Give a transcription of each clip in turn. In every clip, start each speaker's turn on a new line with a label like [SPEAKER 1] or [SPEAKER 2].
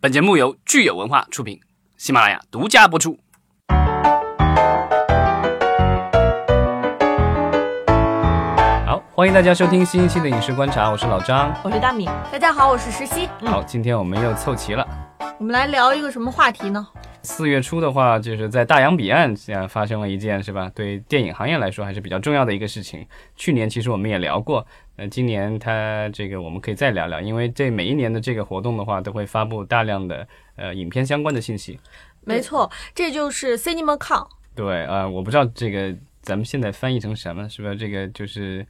[SPEAKER 1] 本节目由聚友文化出品，喜马拉雅独家播出。好，欢迎大家收听新一期的《影视观察》，我是老张。
[SPEAKER 2] 我是大米，
[SPEAKER 3] 大家好，我是石溪。
[SPEAKER 1] 好，今天我们又凑齐了。
[SPEAKER 2] 我们来聊一个什么话题呢？
[SPEAKER 1] 四月初的话，就是在大洋彼岸呃发生了一件是吧？对电影行业来说还是比较重要的一个事情。去年其实我们也聊过，那、今年它这个我们可以再聊聊，因为这每一年的这个活动的话，都会发布大量的呃影片相关的信息。
[SPEAKER 2] 没错，这就是 CinemaCon，
[SPEAKER 1] 对，呃，我不知道这个咱们现在翻译成什么，是吧？这个就是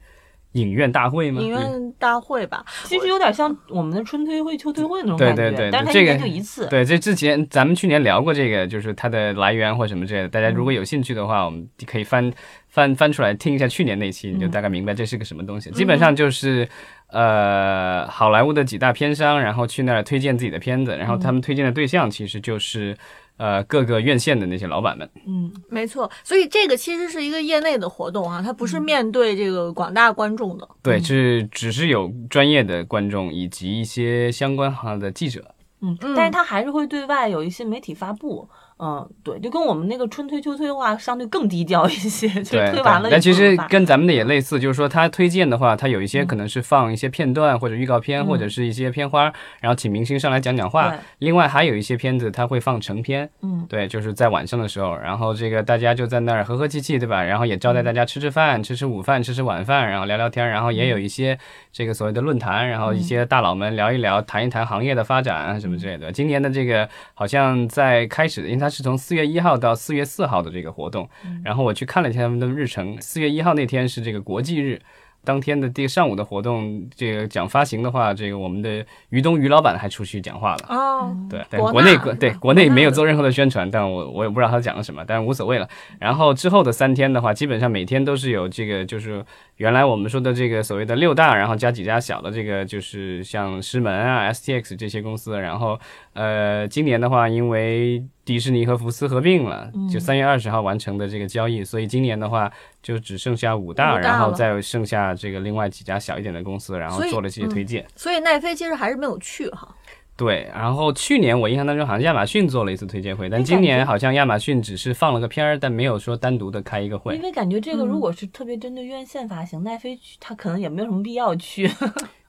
[SPEAKER 1] 影院大
[SPEAKER 3] 嗯
[SPEAKER 1] 会吗？
[SPEAKER 2] 影院大会吧？
[SPEAKER 3] 其实有点像我们的春推会、秋推会那种
[SPEAKER 1] 对
[SPEAKER 3] 感觉，
[SPEAKER 1] 对对
[SPEAKER 3] 但是它
[SPEAKER 1] 这
[SPEAKER 3] 一
[SPEAKER 1] 个
[SPEAKER 3] 年就一次。
[SPEAKER 1] 对，这之前咱们去年聊过这个，就是它的来源或什么之类的。大家如果有兴趣的话，我们可以翻翻翻出来听一下去年那期，你就大概明白这是个什么
[SPEAKER 2] 嗯
[SPEAKER 1] 东西。基本上就是。呃，好莱坞的几大片商，然后去那儿推荐自己的片子，然后他们推荐的对象其实就是，呃，各个院线的那些老板们。
[SPEAKER 3] 嗯，
[SPEAKER 2] 没错。所以这个其实是一个业内的活动啊，它不是面对这个广大观众的。
[SPEAKER 1] 对，是只是有专业的观众以及一些相关行业的记者。
[SPEAKER 3] 嗯，但是它还是会对外有一些媒体发布。嗯，对，就跟我们那个春推秋推的话，相对更低调一些，就是
[SPEAKER 1] 对，
[SPEAKER 3] 推完了
[SPEAKER 1] 但但其实
[SPEAKER 3] 也不发
[SPEAKER 1] 跟咱们的也类似，就是说他推荐的话，他有一
[SPEAKER 3] 嗯
[SPEAKER 1] 些可能是放一些片段或者预告片，或者是一些片花，然后请明星上来讲讲话
[SPEAKER 3] 对。
[SPEAKER 1] 另外还有一些片子他会放成片，
[SPEAKER 3] 嗯，
[SPEAKER 1] 对，就是在晚上的时候，然后这个大家就在那儿和和气气，对吧？然后也招待大家吃吃饭，吃吃午饭，吃吃晚饭，然后聊聊天，然后也有一些这个所谓的论坛，然后一些大佬们聊一聊，谈一谈行业的发展啊什么之类
[SPEAKER 3] 嗯
[SPEAKER 1] 的。今年的这个好像在开始，因为它是从四月一号到四月四号的这个活动，
[SPEAKER 3] 嗯
[SPEAKER 1] 然后我去看了一下他们的日程，四月一号那天是这个国际日。当天的第上午的活动，这个讲发行的话，这个我们的于东于老板还出去讲话了。
[SPEAKER 3] 嗯
[SPEAKER 2] 哦，
[SPEAKER 1] 对，但
[SPEAKER 2] 国
[SPEAKER 1] 国
[SPEAKER 2] 内
[SPEAKER 1] 内
[SPEAKER 2] 是
[SPEAKER 1] 国
[SPEAKER 2] 吧
[SPEAKER 1] 对国
[SPEAKER 2] 国
[SPEAKER 1] 内
[SPEAKER 2] 内
[SPEAKER 1] 没有
[SPEAKER 2] 的
[SPEAKER 1] 做任何的宣传，但我我也不知道他讲了什么，但是无所谓了。然后之后的三天的话，基本上每天都是有这个，就是原来我们说的这个所谓的六大，然后加几家小的这个，就是像狮门啊、STX 这些公司。然后呃，今年的话，因为迪士尼和福斯合并了，
[SPEAKER 2] 嗯
[SPEAKER 1] 就三月二十号完成的这个交易，所以今年的话就只剩下五大，
[SPEAKER 2] 五大
[SPEAKER 1] 然后
[SPEAKER 2] 了
[SPEAKER 1] 再剩下这个另外几家小一点的公司，然后
[SPEAKER 2] 所以嗯
[SPEAKER 1] 做了这些推荐。
[SPEAKER 2] 所以奈飞其实还是没有去哈。
[SPEAKER 1] 对，然后去年我印象当中好像亚马逊做了一次推介会，但今年好像亚马逊只是放了个片儿，但没有说单独的开一个会
[SPEAKER 3] 因。为感觉这个如果是特别针对院线发行，奈飞去它可能也没有什么必要去。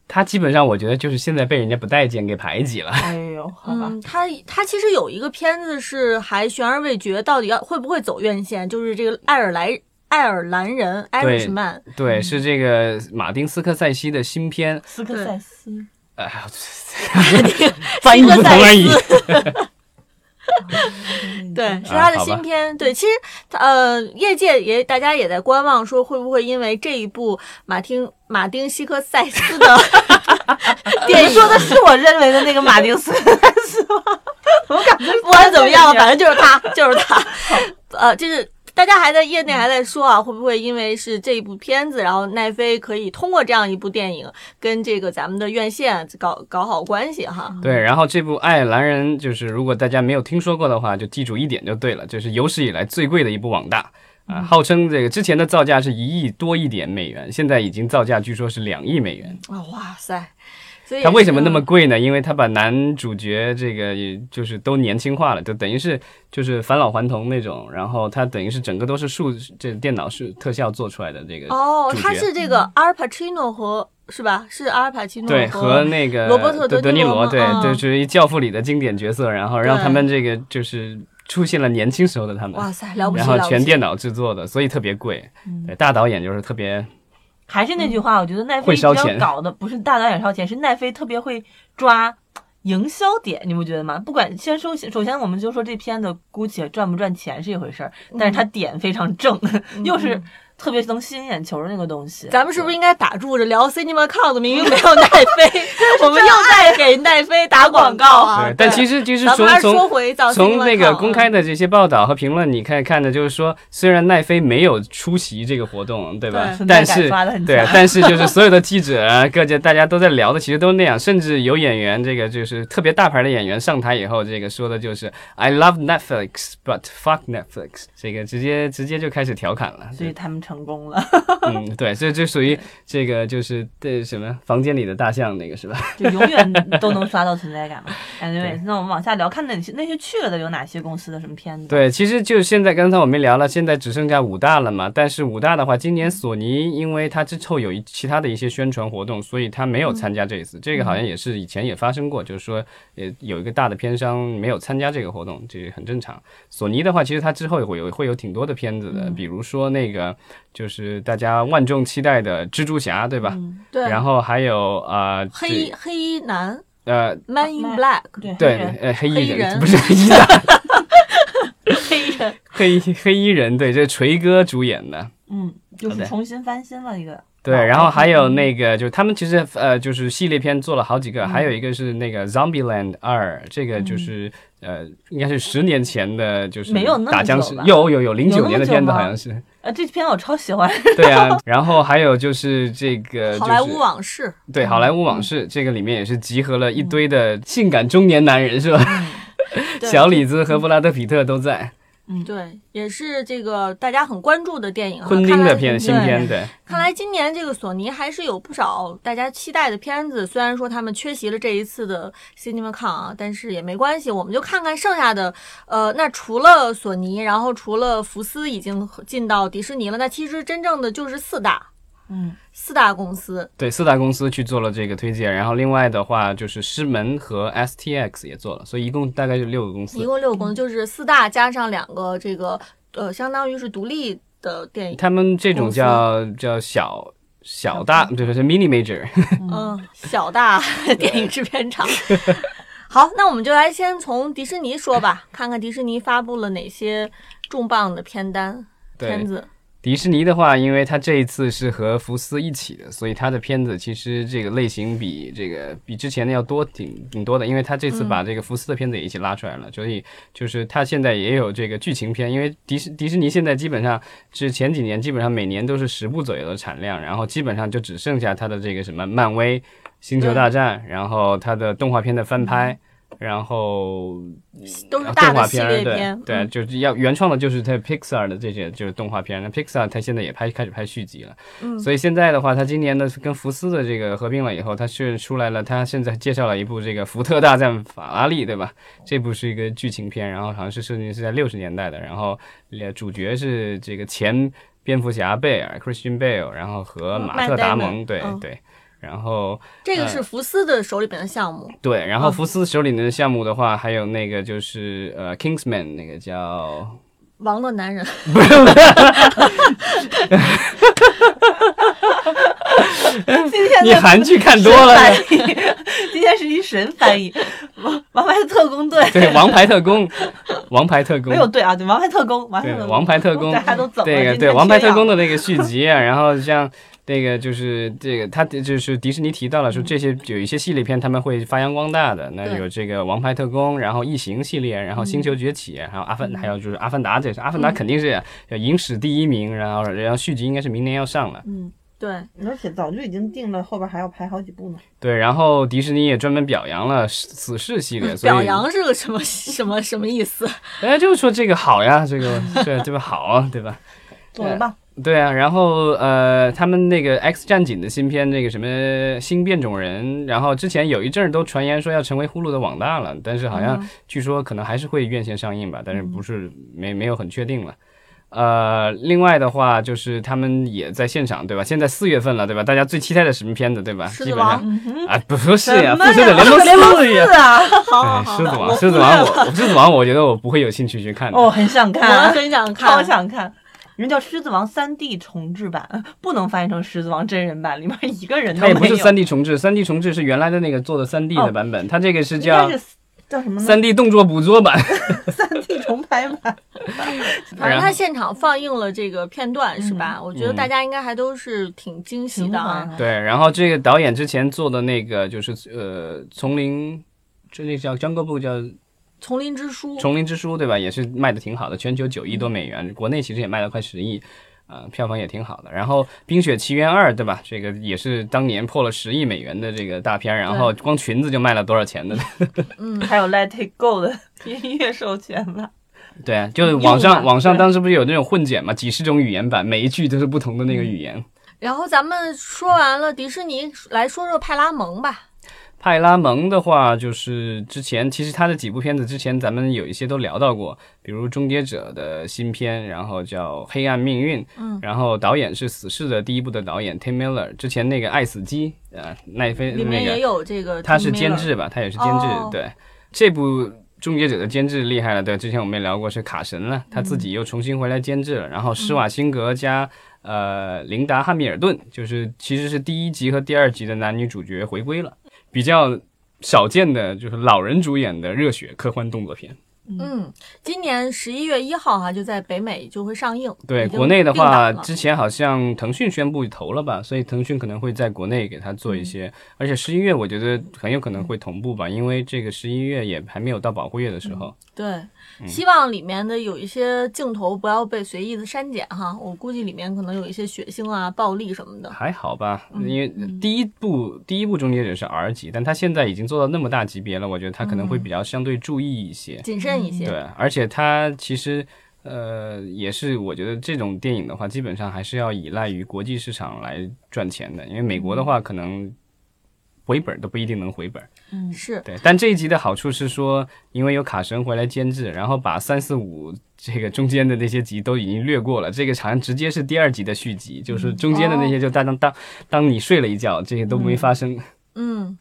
[SPEAKER 1] 它基本上我觉得就是现在被人家不待见给排挤了。
[SPEAKER 3] 哎 呦，好吧，
[SPEAKER 2] 嗯，它它其实有一个片子是还悬而未决，到底要会不会走院线，就是这个爱尔兰爱尔兰人 Irishman，
[SPEAKER 1] 对，是这个马丁斯科塞西的新片，
[SPEAKER 3] 斯科塞斯，
[SPEAKER 1] 呃，翻译不同而已。
[SPEAKER 2] 嗯对，是他
[SPEAKER 1] 嗯
[SPEAKER 2] 的
[SPEAKER 1] 啊好吧
[SPEAKER 2] 新片。对，其实呃，业界也大家也在观望，说会不会因为这一部马丁马丁西科塞 斯的电影，
[SPEAKER 3] 说的是我认为的那个马丁斯科塞斯吗？ 我感觉
[SPEAKER 2] 不管怎么样，反正就是他，就是他， 呃，就是。大家还在业内还在说啊，会不会因为是这一部片子，然后奈飞可以通过这样一部电影跟这个咱们的院线搞搞好关系哈？
[SPEAKER 1] 对，然后这部《爱尔兰人》就是如果大家没有听说过的话，就记住一点就对了，就是有史以来最贵的一部网大啊，号称这个之前的造价是一亿多一点美元，现在已经造价据说是两亿美元。
[SPEAKER 2] 啊，哇塞！所以
[SPEAKER 1] 它为什么
[SPEAKER 2] 是
[SPEAKER 1] 那么贵呢？因为它把男主角这个也就是都年轻化了，就等于是就是返老还童那种，然后它等于是整个都是数这电脑是特效做出来的这个
[SPEAKER 2] 哦
[SPEAKER 1] 主，角
[SPEAKER 2] 他是这个阿尔帕奇诺和是吧？是阿尔帕奇诺
[SPEAKER 1] 对，和那个
[SPEAKER 2] 罗伯特
[SPEAKER 1] 德
[SPEAKER 2] 德
[SPEAKER 1] 尼
[SPEAKER 2] 尼
[SPEAKER 1] 罗，
[SPEAKER 2] 罗
[SPEAKER 1] 对，
[SPEAKER 2] 吗嗯
[SPEAKER 1] 就是一《教父》里的经典角色，然后让
[SPEAKER 2] 对
[SPEAKER 1] 他们这个就是出现了年轻时候的他们，
[SPEAKER 2] 哇塞，了不起！
[SPEAKER 1] 然后
[SPEAKER 2] 了不
[SPEAKER 1] 全
[SPEAKER 2] 起
[SPEAKER 1] 电脑制作的，所以特别贵。
[SPEAKER 2] 嗯
[SPEAKER 1] 对，大导演就是特别
[SPEAKER 3] 还是那句话，我觉得奈
[SPEAKER 1] 嗯
[SPEAKER 3] 飞
[SPEAKER 1] 会
[SPEAKER 3] 一直
[SPEAKER 1] 烧
[SPEAKER 3] 要
[SPEAKER 1] 钱
[SPEAKER 3] 搞的不是大导演烧钱，是奈飞特别会抓营销点，你不觉得吗？不管先说，首先我们就说这片子姑且赚不赚钱是一回事儿，但是它
[SPEAKER 1] 嗯
[SPEAKER 3] 点非常正，又是特别能吸引眼球的那个东西。
[SPEAKER 2] 咱们是不是应该打住着聊 CinemaCon 的名义没有奈 飞？我们又在给奈飞打广告啊！
[SPEAKER 1] 对，但其实其实
[SPEAKER 2] 咱
[SPEAKER 1] 从
[SPEAKER 2] 们还是
[SPEAKER 1] 从
[SPEAKER 2] 说回到
[SPEAKER 1] 从
[SPEAKER 2] CinemaCon
[SPEAKER 1] 那个公开的这些报道和评论，你看看的，就是说，虽然奈飞没有出席这个活动，对吧？
[SPEAKER 3] 对
[SPEAKER 1] 但
[SPEAKER 3] 存在
[SPEAKER 1] 是
[SPEAKER 3] 感抓得很强
[SPEAKER 1] 对，但是 就是所有的记者啊，各界大家都在聊的，其实都那样。甚至有演员，这个就是特别大牌的演员上台以后，这个说的就是 “I love Netflix, but fuck Netflix”，这个直接直接就开始调侃了。
[SPEAKER 3] 所以他们成功了，
[SPEAKER 1] 嗯，对，这这属于这个就是这什么房间里的大象那个是吧？
[SPEAKER 3] 就永远都能刷到存在 感嘛。Anyways，那我们往下聊，看那些那些去了的有哪些公司的什么片子？，
[SPEAKER 1] 对，其实就现在，刚才我们聊了，现在只剩下五大了嘛。但是五大的话，今年索尼因为它之后有一其他的一些宣传活动，所以它没有参加这一次。这个好像也是以前也发生过，就是说，呃，有一个大的片商没有参加这个活动，这个很正常。索尼的话，其实它之后也会有会有挺多的片子的，比如说那个就是大家万众期待的蜘蛛侠，对
[SPEAKER 3] 嗯
[SPEAKER 1] 吧？
[SPEAKER 2] 对，
[SPEAKER 1] 然后还有啊，呃
[SPEAKER 2] 黑衣黑衣男
[SPEAKER 1] 这呃
[SPEAKER 2] Man in
[SPEAKER 3] Man-
[SPEAKER 2] Black，
[SPEAKER 3] 对
[SPEAKER 1] 对
[SPEAKER 3] 黑人，
[SPEAKER 1] 呃黑衣
[SPEAKER 2] 黑人
[SPEAKER 1] 不是黑衣人。
[SPEAKER 2] 黑人，
[SPEAKER 1] 黑黑衣人，对，这是锤哥主演的。
[SPEAKER 3] 嗯，就
[SPEAKER 1] 好
[SPEAKER 3] 是
[SPEAKER 1] 的
[SPEAKER 3] 重新翻新了一个。
[SPEAKER 1] 对，
[SPEAKER 3] 哦
[SPEAKER 1] 然后还有那个，就是他们其实呃，就是系列片做了好几个，还有一个是那个《Zombieland 二》，这个就是呃，应该是十年前的，就是
[SPEAKER 3] 没有那么
[SPEAKER 1] 打僵
[SPEAKER 3] 久
[SPEAKER 1] 尸
[SPEAKER 3] 吧，
[SPEAKER 1] 有有有零
[SPEAKER 3] 有那
[SPEAKER 1] 九
[SPEAKER 3] 么
[SPEAKER 1] 年的
[SPEAKER 3] 久
[SPEAKER 1] 片子
[SPEAKER 3] 吗
[SPEAKER 1] 好像是，
[SPEAKER 3] 呃，这片我超喜欢，
[SPEAKER 1] 对啊，然后还有就是这个
[SPEAKER 2] 好莱
[SPEAKER 1] 呃就
[SPEAKER 2] 坞
[SPEAKER 1] 是
[SPEAKER 2] 往事，
[SPEAKER 1] 对好莱坞往事，这个里面也是集合了一堆的性感中年男人是吧？
[SPEAKER 2] 对
[SPEAKER 1] 小李子和布拉德皮特都在，
[SPEAKER 2] 对，也是这个大家很关注的电影啊，
[SPEAKER 1] 昆汀
[SPEAKER 2] 看来
[SPEAKER 1] 的片新
[SPEAKER 2] 对
[SPEAKER 1] 片对。
[SPEAKER 2] 看来今年这个索尼还是有不少大家期待的片子，虽然说他们缺席了这一次的 CinemaCon 啊，但是也没关系，我们就看看剩下的。呃，那除了索尼，然后除了福斯已经进到迪士尼了，那其实真正的就是四大
[SPEAKER 3] 嗯，
[SPEAKER 2] 四大公司。
[SPEAKER 1] 对，四大公司去做了这个推荐，然后另外的话就是狮门和 STX 也做了，所以一共大概就六个公
[SPEAKER 2] 一
[SPEAKER 1] 司。
[SPEAKER 2] 共六个公司，就是四大加上两个这个呃，相当于是独立的电影。
[SPEAKER 1] 他们这种叫叫小小大，对对是 mini major，
[SPEAKER 2] 嗯，小大 电影制片厂。好，那我们就来先从迪士尼说吧，看看迪士尼发布了哪些重磅的片单片
[SPEAKER 1] 对。
[SPEAKER 2] 子。
[SPEAKER 1] 迪士尼的话，因为它这一次是和福斯一起的，所以它的片子其实这个类型比这个比之前的要多挺挺多的，因为它这次把这个福斯的片子也一起拉出来了，所以就是它现在也有这个剧情片，因为迪士迪士尼现在基本上是前几年基本上每年都是十部左右的产量，然后基本上就只剩下它的这个什么漫威、星球大战，然后它的动画片的翻拍。然后
[SPEAKER 2] 都是
[SPEAKER 1] 啊
[SPEAKER 2] 大
[SPEAKER 1] 动
[SPEAKER 2] 的
[SPEAKER 1] 画
[SPEAKER 2] 系
[SPEAKER 1] 片儿
[SPEAKER 2] 列片，嗯
[SPEAKER 1] 对对，就是要原创的，就是它 Pixar 的这些就是动画片。那 Pixar 它现在也拍开始拍续集了，
[SPEAKER 2] 嗯
[SPEAKER 1] 所以现在的话，它今年呢跟福斯的这个合并了以后，它是出来了，它现在介绍了一部这个《福特大战法拉利》，对吧？这部是一个剧情片，然后好像是设定是在六十年代的，然后呃主角是这个前蝙蝠侠贝尔 Christian Bale，然后和马
[SPEAKER 2] Matt
[SPEAKER 1] 特达
[SPEAKER 2] Damon，
[SPEAKER 1] 蒙，对
[SPEAKER 2] 嗯
[SPEAKER 1] 对，然后。
[SPEAKER 2] 这
[SPEAKER 1] 嗯
[SPEAKER 2] 个是福斯的手里边的项目。
[SPEAKER 1] 对，然后福斯手里的项目的话，还有那个就是呃，Kingsman 那个叫
[SPEAKER 2] 王 的男人，
[SPEAKER 3] 今天
[SPEAKER 1] 你
[SPEAKER 3] 的
[SPEAKER 1] 韩剧看多了，
[SPEAKER 3] 翻译， 今天是一神翻译，王王牌特工队，
[SPEAKER 1] 对，《王牌特工》， 《王牌特工
[SPEAKER 3] 没》有对啊，对，王牌特工，王牌
[SPEAKER 1] 对，《
[SPEAKER 3] 特工，
[SPEAKER 1] 王牌特工
[SPEAKER 3] 大》家都走了，
[SPEAKER 1] 那个
[SPEAKER 3] 今天
[SPEAKER 1] 对《
[SPEAKER 3] 缺
[SPEAKER 1] 王牌特
[SPEAKER 3] 氧
[SPEAKER 1] 工》的那个续集啊， 然后像那个就是这个，他就是迪士尼提到了说这些有一些系列片他们会发扬光大的，那
[SPEAKER 2] 对
[SPEAKER 1] 有这个《王牌特工》，然后《异形》系列，然后《星球崛起》，还有《阿凡》，还有就是《阿凡达》，这是《阿凡达》肯定是要影史第一名，然后然后续集应该是明年要上了。
[SPEAKER 2] 嗯，对，
[SPEAKER 3] 而且早就已经定了，后边还要排好几部呢。
[SPEAKER 1] 对，然后迪士尼也专门表扬了死侍系 列，所以
[SPEAKER 2] 表扬是个什么什么什么意思？
[SPEAKER 1] 大家就是说这个好呀，这个这这个好啊，对吧？
[SPEAKER 3] 做得棒，
[SPEAKER 1] 对啊，然后呃，他们那个《X 战警》的新片，那个什么新变种人，然后之前有一阵儿都传言说要成为呼噜的网大了，但是好像据说可能还是会院线上映吧，但是不是没没有很确定了。呃，另外的话就是他们也在现场，对吧？现在四月份了，对吧？大家最期待的什么片子，对吧？
[SPEAKER 2] 狮
[SPEAKER 1] 基
[SPEAKER 2] 子
[SPEAKER 1] 本
[SPEAKER 2] 王
[SPEAKER 1] 上啊，不是呀，
[SPEAKER 3] 什么
[SPEAKER 1] 复仇者联盟
[SPEAKER 3] 呀
[SPEAKER 1] 四呀，
[SPEAKER 3] 是啊，
[SPEAKER 2] 好好
[SPEAKER 1] 哎，
[SPEAKER 2] 好
[SPEAKER 1] 狮，子
[SPEAKER 3] 我
[SPEAKER 1] 王，狮
[SPEAKER 3] 忽
[SPEAKER 1] 子
[SPEAKER 3] 略
[SPEAKER 1] 王我，我狮子王，我觉得我不会有兴趣去看的。
[SPEAKER 3] 哦，很想
[SPEAKER 2] 我
[SPEAKER 3] 看，
[SPEAKER 2] 很想看，
[SPEAKER 3] 超想看。人叫《狮子王》三 D 重制版，不能翻译成《狮子王》真人版，里面一个人
[SPEAKER 1] 它
[SPEAKER 3] 都没
[SPEAKER 1] 也
[SPEAKER 3] 有。
[SPEAKER 1] 不是三 D 重置，三 D 重置是原来的那个做的三 D
[SPEAKER 3] 哦
[SPEAKER 1] 的版本，它这个是
[SPEAKER 3] 应该
[SPEAKER 1] 叫
[SPEAKER 3] 是哦叫什么呢？
[SPEAKER 1] 三 D 动作捕捉版。
[SPEAKER 3] 三 D 重拍版。
[SPEAKER 2] 反正
[SPEAKER 1] 然
[SPEAKER 2] 他
[SPEAKER 1] 后嗯
[SPEAKER 2] 现场放映了这个片段是吧？我觉得大家应该还都是嗯挺惊喜的啊。
[SPEAKER 3] 嗯
[SPEAKER 1] 对，然后这个导演之前做的那个就是呃丛林。这那叫《江歌部》叫《
[SPEAKER 2] 丛林之书》
[SPEAKER 1] 丛林之书》，对吧？也是卖的挺好的，全球九亿多美元，国内其实也卖了快十亿，呃，票房也挺好的。然后《冰雪奇缘二》，对吧？这个也是当年破了十亿美元的这个大片，然后光裙子就卖了多少钱的？
[SPEAKER 3] 还有《Let It Go》的音乐授权了。
[SPEAKER 1] 对，就是网上
[SPEAKER 3] 用吧
[SPEAKER 1] 网上
[SPEAKER 3] 对
[SPEAKER 1] 当时不是有那种混剪嘛，几十种语言版，每一句都是不同的那个语言。
[SPEAKER 2] 然后咱们说完了迪士尼，来说说派拉蒙吧。
[SPEAKER 1] 派拉蒙的话，就是之前其实他的几部片子之前咱们有一些都聊到过，比如《终结者》的新片，然后叫《黑暗命运》，嗯，然后导演是《死侍》的第一部的导演 Tim Miller，之前那个《爱死机》呃，奈飞
[SPEAKER 2] 里面
[SPEAKER 1] 那
[SPEAKER 2] 也
[SPEAKER 1] 个
[SPEAKER 2] 有这个，
[SPEAKER 1] 他是监，制吧，他也是监制，
[SPEAKER 2] 嗯哦
[SPEAKER 1] 对这部。终结者的监制厉害了，对，之前我们也聊过是卡神了，他自
[SPEAKER 2] 嗯
[SPEAKER 1] 己又重新回来监制了，然后施瓦辛格加呃，琳达·汉密尔顿，就是其实是第一集和第二集的男女主角回归了，比较少见的就是老人主演的热血科幻动作片。
[SPEAKER 2] 嗯，今年十一月一号哈、就在北美就会上映。
[SPEAKER 1] 对
[SPEAKER 2] 已经
[SPEAKER 1] 国内的
[SPEAKER 2] 定
[SPEAKER 1] 话，
[SPEAKER 2] 档了
[SPEAKER 1] 之前好像腾讯宣布投了吧，所以腾讯可能会在国内给它做
[SPEAKER 2] 嗯
[SPEAKER 1] 一些，而且十一月我觉得很有可能会同步吧，因为这个十一月也还没有到保护月的时
[SPEAKER 2] 嗯
[SPEAKER 1] 候。
[SPEAKER 2] 对，
[SPEAKER 1] 嗯
[SPEAKER 2] 希望里面的有一些镜头不要被随意的删减哈，我估计里面可能有一些血腥啊、暴力什么的。
[SPEAKER 1] 还好吧，因为第一部、第一部终结者是 R 级，但它现在已经做到那么大级别了，我觉得它可能会比较相对注意一些。
[SPEAKER 2] 谨慎一些，
[SPEAKER 1] 对，而且它其实呃也是，我觉得这种电影的话，基本上还是要依赖于国际市场来赚钱的，因为美国的话可能。回本儿都不一定能回本儿，
[SPEAKER 2] 是
[SPEAKER 1] 对。但这一集的好处是说，因为有卡神回来监制，然后把三四五这个中间的那些集都已经略过了，这个好像直接是第二集的续集，就是中间的那些就当当当当你睡了一觉，这些都没发生。
[SPEAKER 2] 嗯。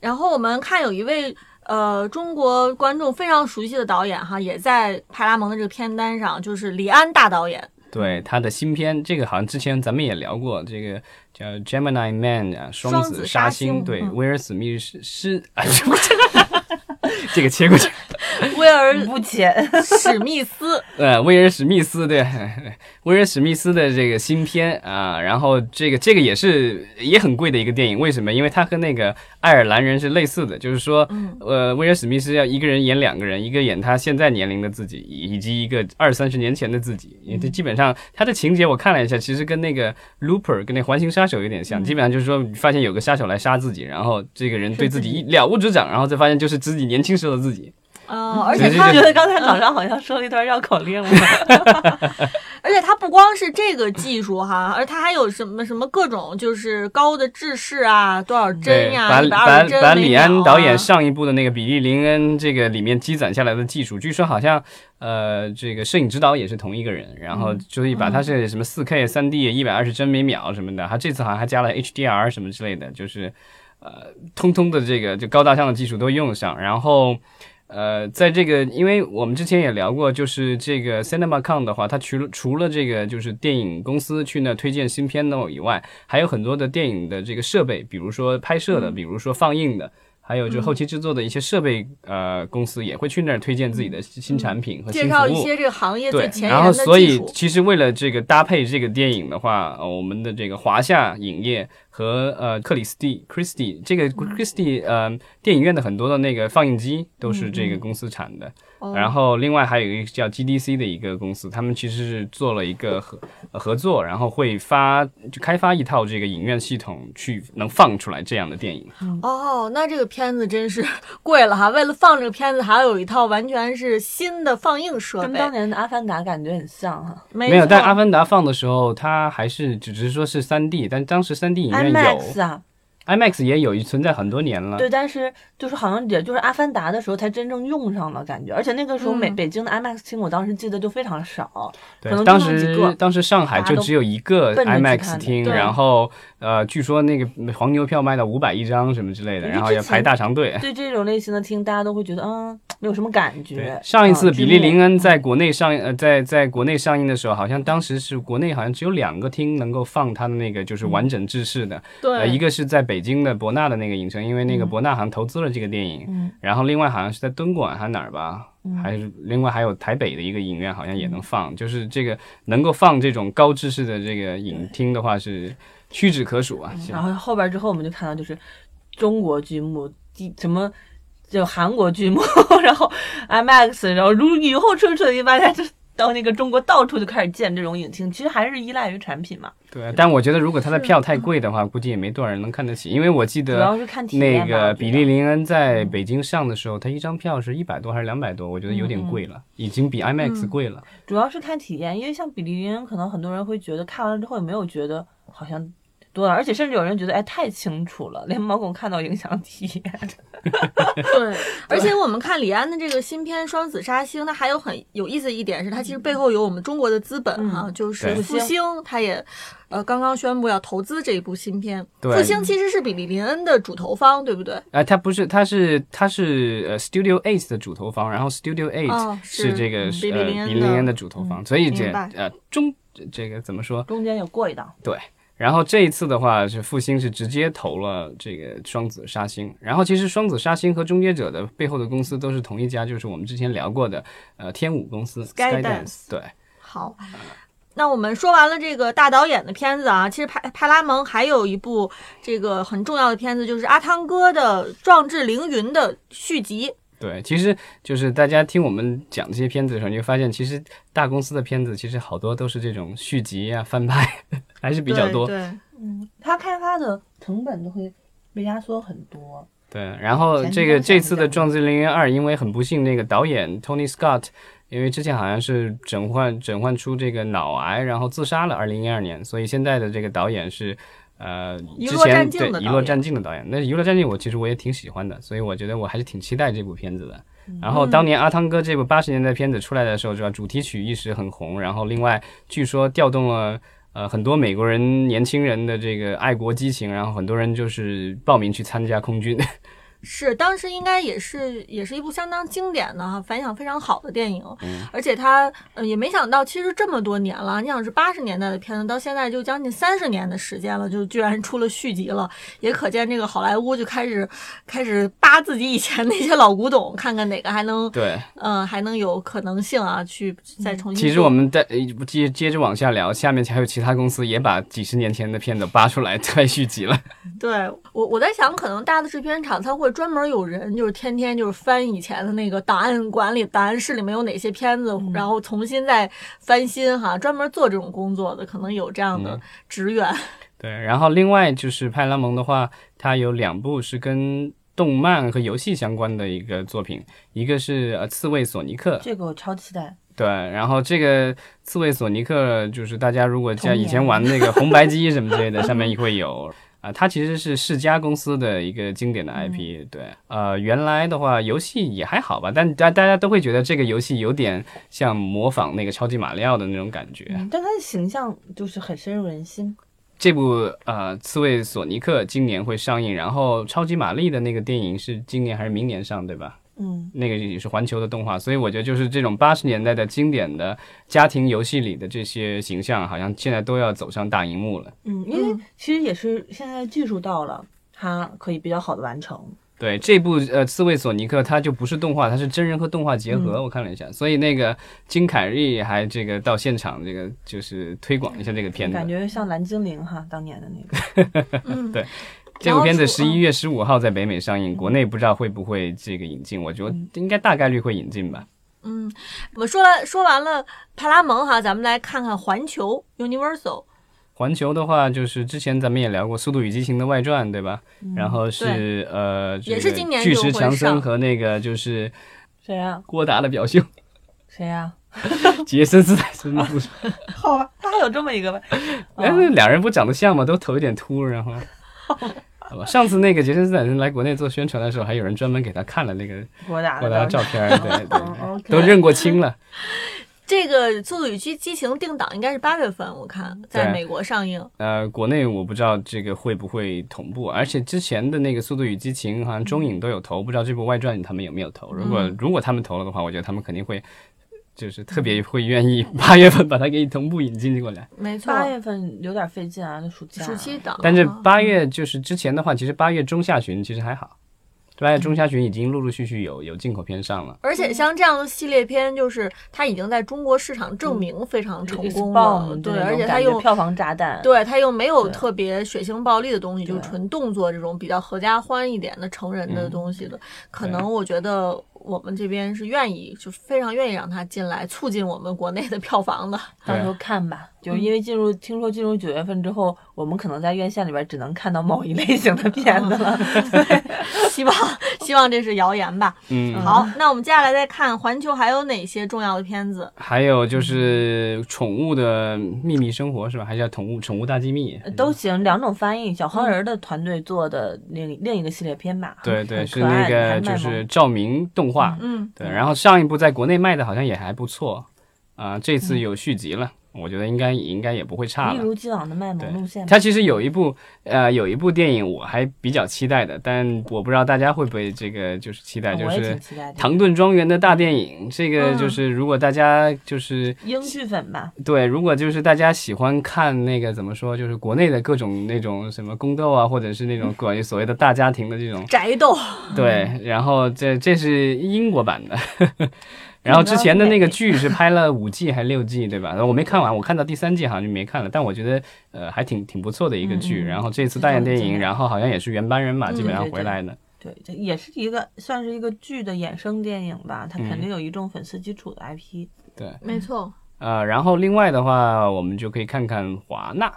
[SPEAKER 2] 然后我们看有一位呃中国观众非常熟悉的导演哈，也在派拉蒙的这个片单上，就是李安大导演。
[SPEAKER 1] 对他的新片，这个好像之前咱们也聊过，这个叫《Gemini Man》啊，双
[SPEAKER 2] 双
[SPEAKER 1] 子
[SPEAKER 2] 子
[SPEAKER 1] 杀
[SPEAKER 2] 杀
[SPEAKER 1] 星，
[SPEAKER 2] 星
[SPEAKER 1] 对，
[SPEAKER 2] 嗯
[SPEAKER 1] 威尔史密斯是 啊，这个这个切过去，
[SPEAKER 2] 威尔
[SPEAKER 3] 不浅，
[SPEAKER 2] 史密斯，
[SPEAKER 1] 呃，威尔史密斯对， 威尔史密斯的这个新片啊，然后这个这个也是也很贵的一个电影，为什么？因为它和那个爱尔兰人是类似的，就是说，呃，威尔史密斯要一个人演两个人，一个演他现在年龄的自己，以以及一个二三十年前的自己。因为这基本上他的情节我看了一下，其实跟那个 Looper 跟那环形杀手有点像，基本上就是说发现有个杀手来杀自己，然后这个人对自己一了悟指掌，然后再发现就是自己年轻时候的自己。
[SPEAKER 3] 哦
[SPEAKER 2] 嗯、而
[SPEAKER 1] 对
[SPEAKER 2] 且
[SPEAKER 1] 这
[SPEAKER 2] 他
[SPEAKER 1] 个
[SPEAKER 3] 觉得刚才老张好像说了一段绕口令，
[SPEAKER 2] 而且它不光是这个技术哈，而它还有什么什么各种就是高的制式啊，多少
[SPEAKER 1] 对，
[SPEAKER 2] 帧呀、
[SPEAKER 1] 把
[SPEAKER 2] 120
[SPEAKER 1] 把
[SPEAKER 2] 帧
[SPEAKER 1] 把
[SPEAKER 2] 每
[SPEAKER 1] 李
[SPEAKER 2] 秒
[SPEAKER 1] 安
[SPEAKER 2] 啊
[SPEAKER 1] 导演上一部的那个《比利林恩》这个里面积攒下来的技术，据说好像呃，这个摄影指导也是同一个人，然
[SPEAKER 2] 嗯
[SPEAKER 1] 后所以把他是什么四 K、三 D、一百二十帧每秒什么的，他这次好像还加了 HDR 什么之类的，就是呃，通通的这个就高大上的技术都用上，然后。呃，在这个，因为我们之前也聊过，就是这个 CinemaCon 的话，它除了除了这个就是电影公司去那推荐新片的以外，还有很多的电影的这个设备，比如说拍摄
[SPEAKER 2] 嗯
[SPEAKER 1] 的，比如说放映的，还有就后期制作的一些设备，呃，公司也会去那儿推荐自己的新产品和新
[SPEAKER 2] 嗯介
[SPEAKER 1] 服务。
[SPEAKER 2] 绍一些这个行业最
[SPEAKER 1] 对，
[SPEAKER 2] 前
[SPEAKER 1] 然
[SPEAKER 2] 沿
[SPEAKER 1] 后
[SPEAKER 2] 的
[SPEAKER 1] 所
[SPEAKER 2] 技
[SPEAKER 1] 以
[SPEAKER 2] 术。
[SPEAKER 1] 其实为了这个搭配这个电影的话，呃、我们的这个华夏影业和呃克里斯蒂 Christie 这个
[SPEAKER 2] 嗯
[SPEAKER 1] Christie 呃电影院的很多的那个放映机都是
[SPEAKER 2] 嗯
[SPEAKER 1] 这个公司产的，
[SPEAKER 2] 哦
[SPEAKER 1] 然后另外还有一个叫 GDC 的一个公司，他们其实是做了一个合呃合作，然后会发就开发一套这个影院系统去能放出来这样的电影。
[SPEAKER 2] 哦，那这个片子真是 贵了哈！为了放这个片子，还有一套完全是新的放映设
[SPEAKER 3] 跟
[SPEAKER 2] 备。
[SPEAKER 3] 当年的《阿凡达》感觉很像哈。
[SPEAKER 2] 没
[SPEAKER 1] 没有，
[SPEAKER 2] 错
[SPEAKER 1] 但《阿凡达》放的时候，它还是只是说是 3D，但当时 3D 影院有啊
[SPEAKER 3] IMAX 啊，
[SPEAKER 1] IMAX 也有存在很多年了。
[SPEAKER 3] 对，但是就是好像也就是《阿凡达》的时候才真正用上了，感觉，而且那个时候美、
[SPEAKER 2] 嗯
[SPEAKER 3] 北京的 IMAX 厅，我当时记得就非常少，可
[SPEAKER 1] 对，
[SPEAKER 3] 能
[SPEAKER 1] 当
[SPEAKER 3] 就那么几
[SPEAKER 1] 时
[SPEAKER 3] 个
[SPEAKER 1] 当时上海
[SPEAKER 3] 大
[SPEAKER 1] 就
[SPEAKER 3] 家都
[SPEAKER 1] 只有一个
[SPEAKER 3] 奔着去看
[SPEAKER 1] IMAX
[SPEAKER 3] 的
[SPEAKER 1] 厅，
[SPEAKER 2] 对
[SPEAKER 1] 然后呃，据说那个黄牛票卖到五百一张什么之类的，
[SPEAKER 3] 因为
[SPEAKER 1] 然后
[SPEAKER 3] 之
[SPEAKER 1] 也排
[SPEAKER 3] 前
[SPEAKER 1] 大长队。
[SPEAKER 3] 对这种类型的厅，大家都会觉得嗯没有什么感觉
[SPEAKER 1] 对，。上一
[SPEAKER 3] 嗯
[SPEAKER 1] 次《比利林
[SPEAKER 3] 之
[SPEAKER 1] 恩》在国内上呃在在国内上映的时候，好像当时是国内好像只有两个厅能够放它的那个就是
[SPEAKER 3] 嗯
[SPEAKER 1] 完整制式的，呃，
[SPEAKER 2] 对
[SPEAKER 1] 一个是在北京的博纳的那个影城，因为
[SPEAKER 3] 嗯
[SPEAKER 1] 那个博纳好像投资了这个电影，然后另外好像是在敦煌还是哪儿吧，
[SPEAKER 3] 嗯
[SPEAKER 1] 还是另外还有台北的一个影院好像也能放，就是这个能够放这种高制式的这个影厅的话是屈指可数啊。
[SPEAKER 3] 然后后边之后我们就看到就是中国剧目第什么。 就韩国剧目，然后 IMAX，然后如雨后春笋一般，大家就到那个中国到处就开始建这种影厅，其实还是依赖于产品嘛，
[SPEAKER 1] 对，但我觉得如果他的票太贵的话，估计也没多少人能看得起，因为我记
[SPEAKER 3] 嗯主
[SPEAKER 1] 得
[SPEAKER 3] 要是看体
[SPEAKER 1] 那
[SPEAKER 3] 验吧。
[SPEAKER 1] 个
[SPEAKER 3] 我觉
[SPEAKER 1] 比
[SPEAKER 3] 得嗯
[SPEAKER 1] 利林恩在北京上的时候，他一张票是一百多还是两百多？我觉得有
[SPEAKER 3] 嗯
[SPEAKER 1] 点贵了，已经比 IMAX 贵了。
[SPEAKER 3] 主要是看体验，因为像比利林恩，可能很多人会觉得看完了之后也没有觉得好像多了，而且甚至有人觉得哎太清楚了，连毛孔看到影响体验。
[SPEAKER 2] 对，而且我们看李安的这个新片《双子杀星》，它还有很有意思的一点是，它其实背后有我们中国的资本哈、
[SPEAKER 3] 嗯
[SPEAKER 2] 就是
[SPEAKER 1] 对
[SPEAKER 2] 复兴，它也呃刚刚宣布要投资这一部新片。
[SPEAKER 1] 对
[SPEAKER 2] 复兴其实是比利林恩的主投方，对不对？
[SPEAKER 1] 哎、他不是，他是他是呃 Studio Eight 的主投方，然后 Studio Eight、
[SPEAKER 2] 哦是
[SPEAKER 1] 这个
[SPEAKER 2] 嗯
[SPEAKER 1] 是
[SPEAKER 2] 比
[SPEAKER 1] 呃
[SPEAKER 2] 利林恩
[SPEAKER 1] 比
[SPEAKER 2] 的嗯
[SPEAKER 1] 利林恩的主投方，所以这
[SPEAKER 2] 明白
[SPEAKER 1] 呃中这个怎么说？
[SPEAKER 3] 中间有过一档，
[SPEAKER 1] 然后这一次的话是复兴是直接投了这个双子杀星，然后其实双子杀星和终结者的背后的公司都是同一家，就是我们之前聊过的呃天舞公司
[SPEAKER 2] Skydance
[SPEAKER 1] 对，
[SPEAKER 2] 好，那我们说完了这个大导演的片子啊，其实派派拉蒙还有一部这个很重要的片子，就是阿汤哥的《壮志凌云》的续集。
[SPEAKER 1] 对，其实就是大家听我们讲这些片子的时候，你会发现，其实大公司的片子其实好多都是这种续集啊、翻拍， 还是比较多。
[SPEAKER 2] 对，
[SPEAKER 3] 嗯，它开发的成本都会被压缩很多。
[SPEAKER 1] 对然后这个
[SPEAKER 3] 前期都想
[SPEAKER 1] 这次的
[SPEAKER 3] 不
[SPEAKER 1] 《
[SPEAKER 3] 到
[SPEAKER 1] 壮志凌云二》，因为很不幸，那个导演 Tony Scott，因为之前好像是诊患诊患出这个脑癌，然后自杀了，二零一二年，所以现在的这个导演是。呃，
[SPEAKER 2] 遗
[SPEAKER 1] 之
[SPEAKER 2] 落
[SPEAKER 1] 前
[SPEAKER 2] 战境
[SPEAKER 1] 对
[SPEAKER 2] 的
[SPEAKER 1] 《遗
[SPEAKER 2] 导
[SPEAKER 1] 落
[SPEAKER 2] 演
[SPEAKER 1] 战境》的导演，那《遗落战境》我其实我也挺喜欢的，所以我觉得我还是挺期待这部片子的。
[SPEAKER 2] 嗯
[SPEAKER 1] 然后当年阿汤哥这部八十年代片子出来的时候，主要主题曲一时很红，然后另外据说调动了呃很多美国人年轻人的这个爱国激情，然后很多人就是报名去参加空军。
[SPEAKER 2] 是当时应该也是也是一部相当经典的哈，反响非常好的电影，
[SPEAKER 1] 嗯
[SPEAKER 2] 而且它呃也没想到，其实这么多年了，你想是八十年代的片子，到现在就将近三十年的时间了，就居然出了续集了，也可见这个好莱坞就开始开始扒自己以前那些老古董，看看哪个还能
[SPEAKER 1] 对，
[SPEAKER 2] 嗯还能有可能性啊，去再重新做。
[SPEAKER 1] 嗯其实我们在呃接接着往下聊，下面还有其他公司也把几十年前的片子扒出来 再续集了。
[SPEAKER 2] 对我我在想，可能大的制片厂它会专门有人，就是天天就是翻以前的那个档案管理、档案室里面有哪些片子，
[SPEAKER 1] 嗯
[SPEAKER 2] 然后重新再翻新哈，专门做这种工作的，可能有
[SPEAKER 1] 嗯
[SPEAKER 2] 这样的职 员。
[SPEAKER 1] 对，然后另外就是派拉蒙的话，它有两部是跟动漫和游戏相关的一个作品，一个是呃《刺猬索尼克》，
[SPEAKER 3] 这个我超期待，
[SPEAKER 1] 对，然后这个刺猬索尼克就是大家如果像
[SPEAKER 3] 童
[SPEAKER 1] 以
[SPEAKER 3] 年
[SPEAKER 1] 前 玩那个红白机什么之类的，上面也会有啊。它其实是世嘉公司的一个经典
[SPEAKER 3] 嗯
[SPEAKER 1] 的 IP，、对，呃，原来的话游戏也还好吧，但大大家都会觉得这个游戏有点像模仿那个超级马里奥的那种感觉。
[SPEAKER 3] 嗯，但它的形象就是很深入人心。
[SPEAKER 1] 这部呃刺猬索尼克今年会上映，然后超级玛丽的那个电影是今年还是明年上，对吧？
[SPEAKER 3] 嗯，
[SPEAKER 1] 那个也是环球的动画，所以我觉得就是这种八十年代的经典的家庭游戏里的这些形象，好像现在都要走上大荧幕了。
[SPEAKER 3] 嗯，因为
[SPEAKER 2] 嗯
[SPEAKER 3] 其实也是现在技术到了，它可以比较好的完成。
[SPEAKER 1] 对这部呃《刺猬索尼克》，它就不是动画，它是真人和动画结合。我看了一下，所以那个金凯瑞还这个到现场，这个就是推广一下这个片
[SPEAKER 3] 感
[SPEAKER 1] 子。
[SPEAKER 3] 觉像蓝精灵哈，当年的那个。
[SPEAKER 2] 嗯，
[SPEAKER 1] 对这部片子
[SPEAKER 2] 然后
[SPEAKER 1] 十
[SPEAKER 2] 说
[SPEAKER 1] 一月十五号在北美上映，国内不知道会不会这个引进，我觉得应该大概率会引进吧。
[SPEAKER 2] 嗯，我说了说完了派拉蒙哈，咱们来看看环球 Universal。
[SPEAKER 1] 环球的话，就是之前咱们也聊过《速度与激情》的外传，对吧？然后是呃，这
[SPEAKER 2] 嗯也是
[SPEAKER 1] 个
[SPEAKER 2] 今年
[SPEAKER 1] 巨
[SPEAKER 2] 就
[SPEAKER 1] 石
[SPEAKER 2] 会
[SPEAKER 1] 强森
[SPEAKER 2] 上
[SPEAKER 1] 和那个就是
[SPEAKER 3] 谁呀、
[SPEAKER 1] 郭达的表兄
[SPEAKER 3] 谁 呀、
[SPEAKER 1] 杰森斯坦森，不是？
[SPEAKER 3] 好吧，他还有这么一个吧？
[SPEAKER 2] 哦
[SPEAKER 1] 哎，那俩人不长得像吗？都头有点秃，然 后。好吧，上次那个杰森斯坦森来国内做宣传的时候，还有人专门给他看了那个
[SPEAKER 3] 我打
[SPEAKER 1] 郭
[SPEAKER 3] 的
[SPEAKER 1] 达的
[SPEAKER 3] 当时
[SPEAKER 1] 照片，对
[SPEAKER 3] 哦
[SPEAKER 1] 对
[SPEAKER 3] ，OK
[SPEAKER 1] 对，都认过亲了。
[SPEAKER 2] 这个《速度与激激情》定档应该是八月份，我看在
[SPEAKER 1] 对
[SPEAKER 2] 美国上映。
[SPEAKER 1] 呃，国内我不知道这个会不会同步，啊而且之前的那个《速度与激情》好像中影都有投，不知道这部外传他们有没有投。如
[SPEAKER 3] 嗯
[SPEAKER 1] 果如果他们投了的话，我觉得他们肯定会，就是特别会愿意八月份把它给同步引进过来。
[SPEAKER 2] 没错，
[SPEAKER 3] 八月份有点费劲啊，就暑假。
[SPEAKER 2] 暑期档。
[SPEAKER 1] 但是
[SPEAKER 2] 啊
[SPEAKER 1] 八月就是之前的话，其实八月中下旬其实还好，八月中下旬已经陆陆续续有有进口片上了。
[SPEAKER 2] 而且像这样的系列片，就是它已经在中国市场证明非常成功了，
[SPEAKER 3] bomb，
[SPEAKER 2] 对，
[SPEAKER 3] 那种
[SPEAKER 2] 而且它
[SPEAKER 3] 感觉
[SPEAKER 2] 又
[SPEAKER 3] 票房炸弹。
[SPEAKER 2] 对它又没有
[SPEAKER 3] 对
[SPEAKER 2] 特别血腥暴力的东西，就是
[SPEAKER 3] 对
[SPEAKER 2] 纯动作这种比较合家欢一点的成人的东西的，可能我觉得我们这边是愿意，就是非常愿意让他进来，促进我们国内的票房的。
[SPEAKER 3] 到
[SPEAKER 1] 嗯
[SPEAKER 3] 时候看吧，
[SPEAKER 2] 嗯
[SPEAKER 3] 就是因为进入听说进入九月份之后，我们可能在院线里边只能看到某一类型的片
[SPEAKER 2] 哦
[SPEAKER 3] 子了。
[SPEAKER 2] 希望希望这是谣言吧。
[SPEAKER 1] 嗯，
[SPEAKER 2] 好，那我们接下来再看环球还有哪些重要的片子？
[SPEAKER 1] 还有就是宠物的秘密生活是吧？还叫宠物宠物大机密？
[SPEAKER 3] 都行，两种翻译。小黄人的团队做的另另一个系列片吧，
[SPEAKER 1] 对对，
[SPEAKER 3] 很
[SPEAKER 1] 是
[SPEAKER 3] 可爱
[SPEAKER 1] 那个
[SPEAKER 3] 还卖
[SPEAKER 1] 就
[SPEAKER 3] 萌
[SPEAKER 1] 是照明动画。
[SPEAKER 2] 嗯，
[SPEAKER 1] 对，然后上一部在国内卖的好像也还不错，啊、这次有续集了，我觉得应该应该也不会差
[SPEAKER 3] 一
[SPEAKER 1] 了。
[SPEAKER 3] 嗯如既往的卖萌路线吧。
[SPEAKER 1] 它其实有一部，呃，有一部电影我还比较期待的，但我不知道大家会不会这个就是期待，就
[SPEAKER 3] 啊我也
[SPEAKER 1] 是
[SPEAKER 3] 挺
[SPEAKER 1] 《
[SPEAKER 3] 期待的。嗯
[SPEAKER 1] 唐顿庄园》的大电影。这个就是如果大家就是
[SPEAKER 3] 英剧粉吧，
[SPEAKER 1] 对，如果就是大家喜欢看那个怎么说，就是国内的各种那种什么宫斗啊，或者是那 种关于所谓的大家庭的这种
[SPEAKER 2] 宅斗，
[SPEAKER 3] 嗯
[SPEAKER 1] 对，然后这这是英国版的，然后之前的那个剧是拍了五季还六季，对吧？我没看完，我看到第三季好像就没看了，但我觉得呃还挺挺不错的一个剧。
[SPEAKER 3] 嗯嗯
[SPEAKER 1] 然后这次代言电
[SPEAKER 3] 这种
[SPEAKER 1] 影，
[SPEAKER 3] 的
[SPEAKER 1] 然后好像也是原班人马，
[SPEAKER 2] 嗯
[SPEAKER 1] 基本上
[SPEAKER 3] 对对
[SPEAKER 1] 回来的。
[SPEAKER 3] 对，这也是一个算是一个剧的衍生电影吧，它
[SPEAKER 1] 嗯
[SPEAKER 3] 肯定有一众粉丝基础的 IP。
[SPEAKER 2] 没错。
[SPEAKER 1] 呃，然后另外的话，我们就可以看看华纳。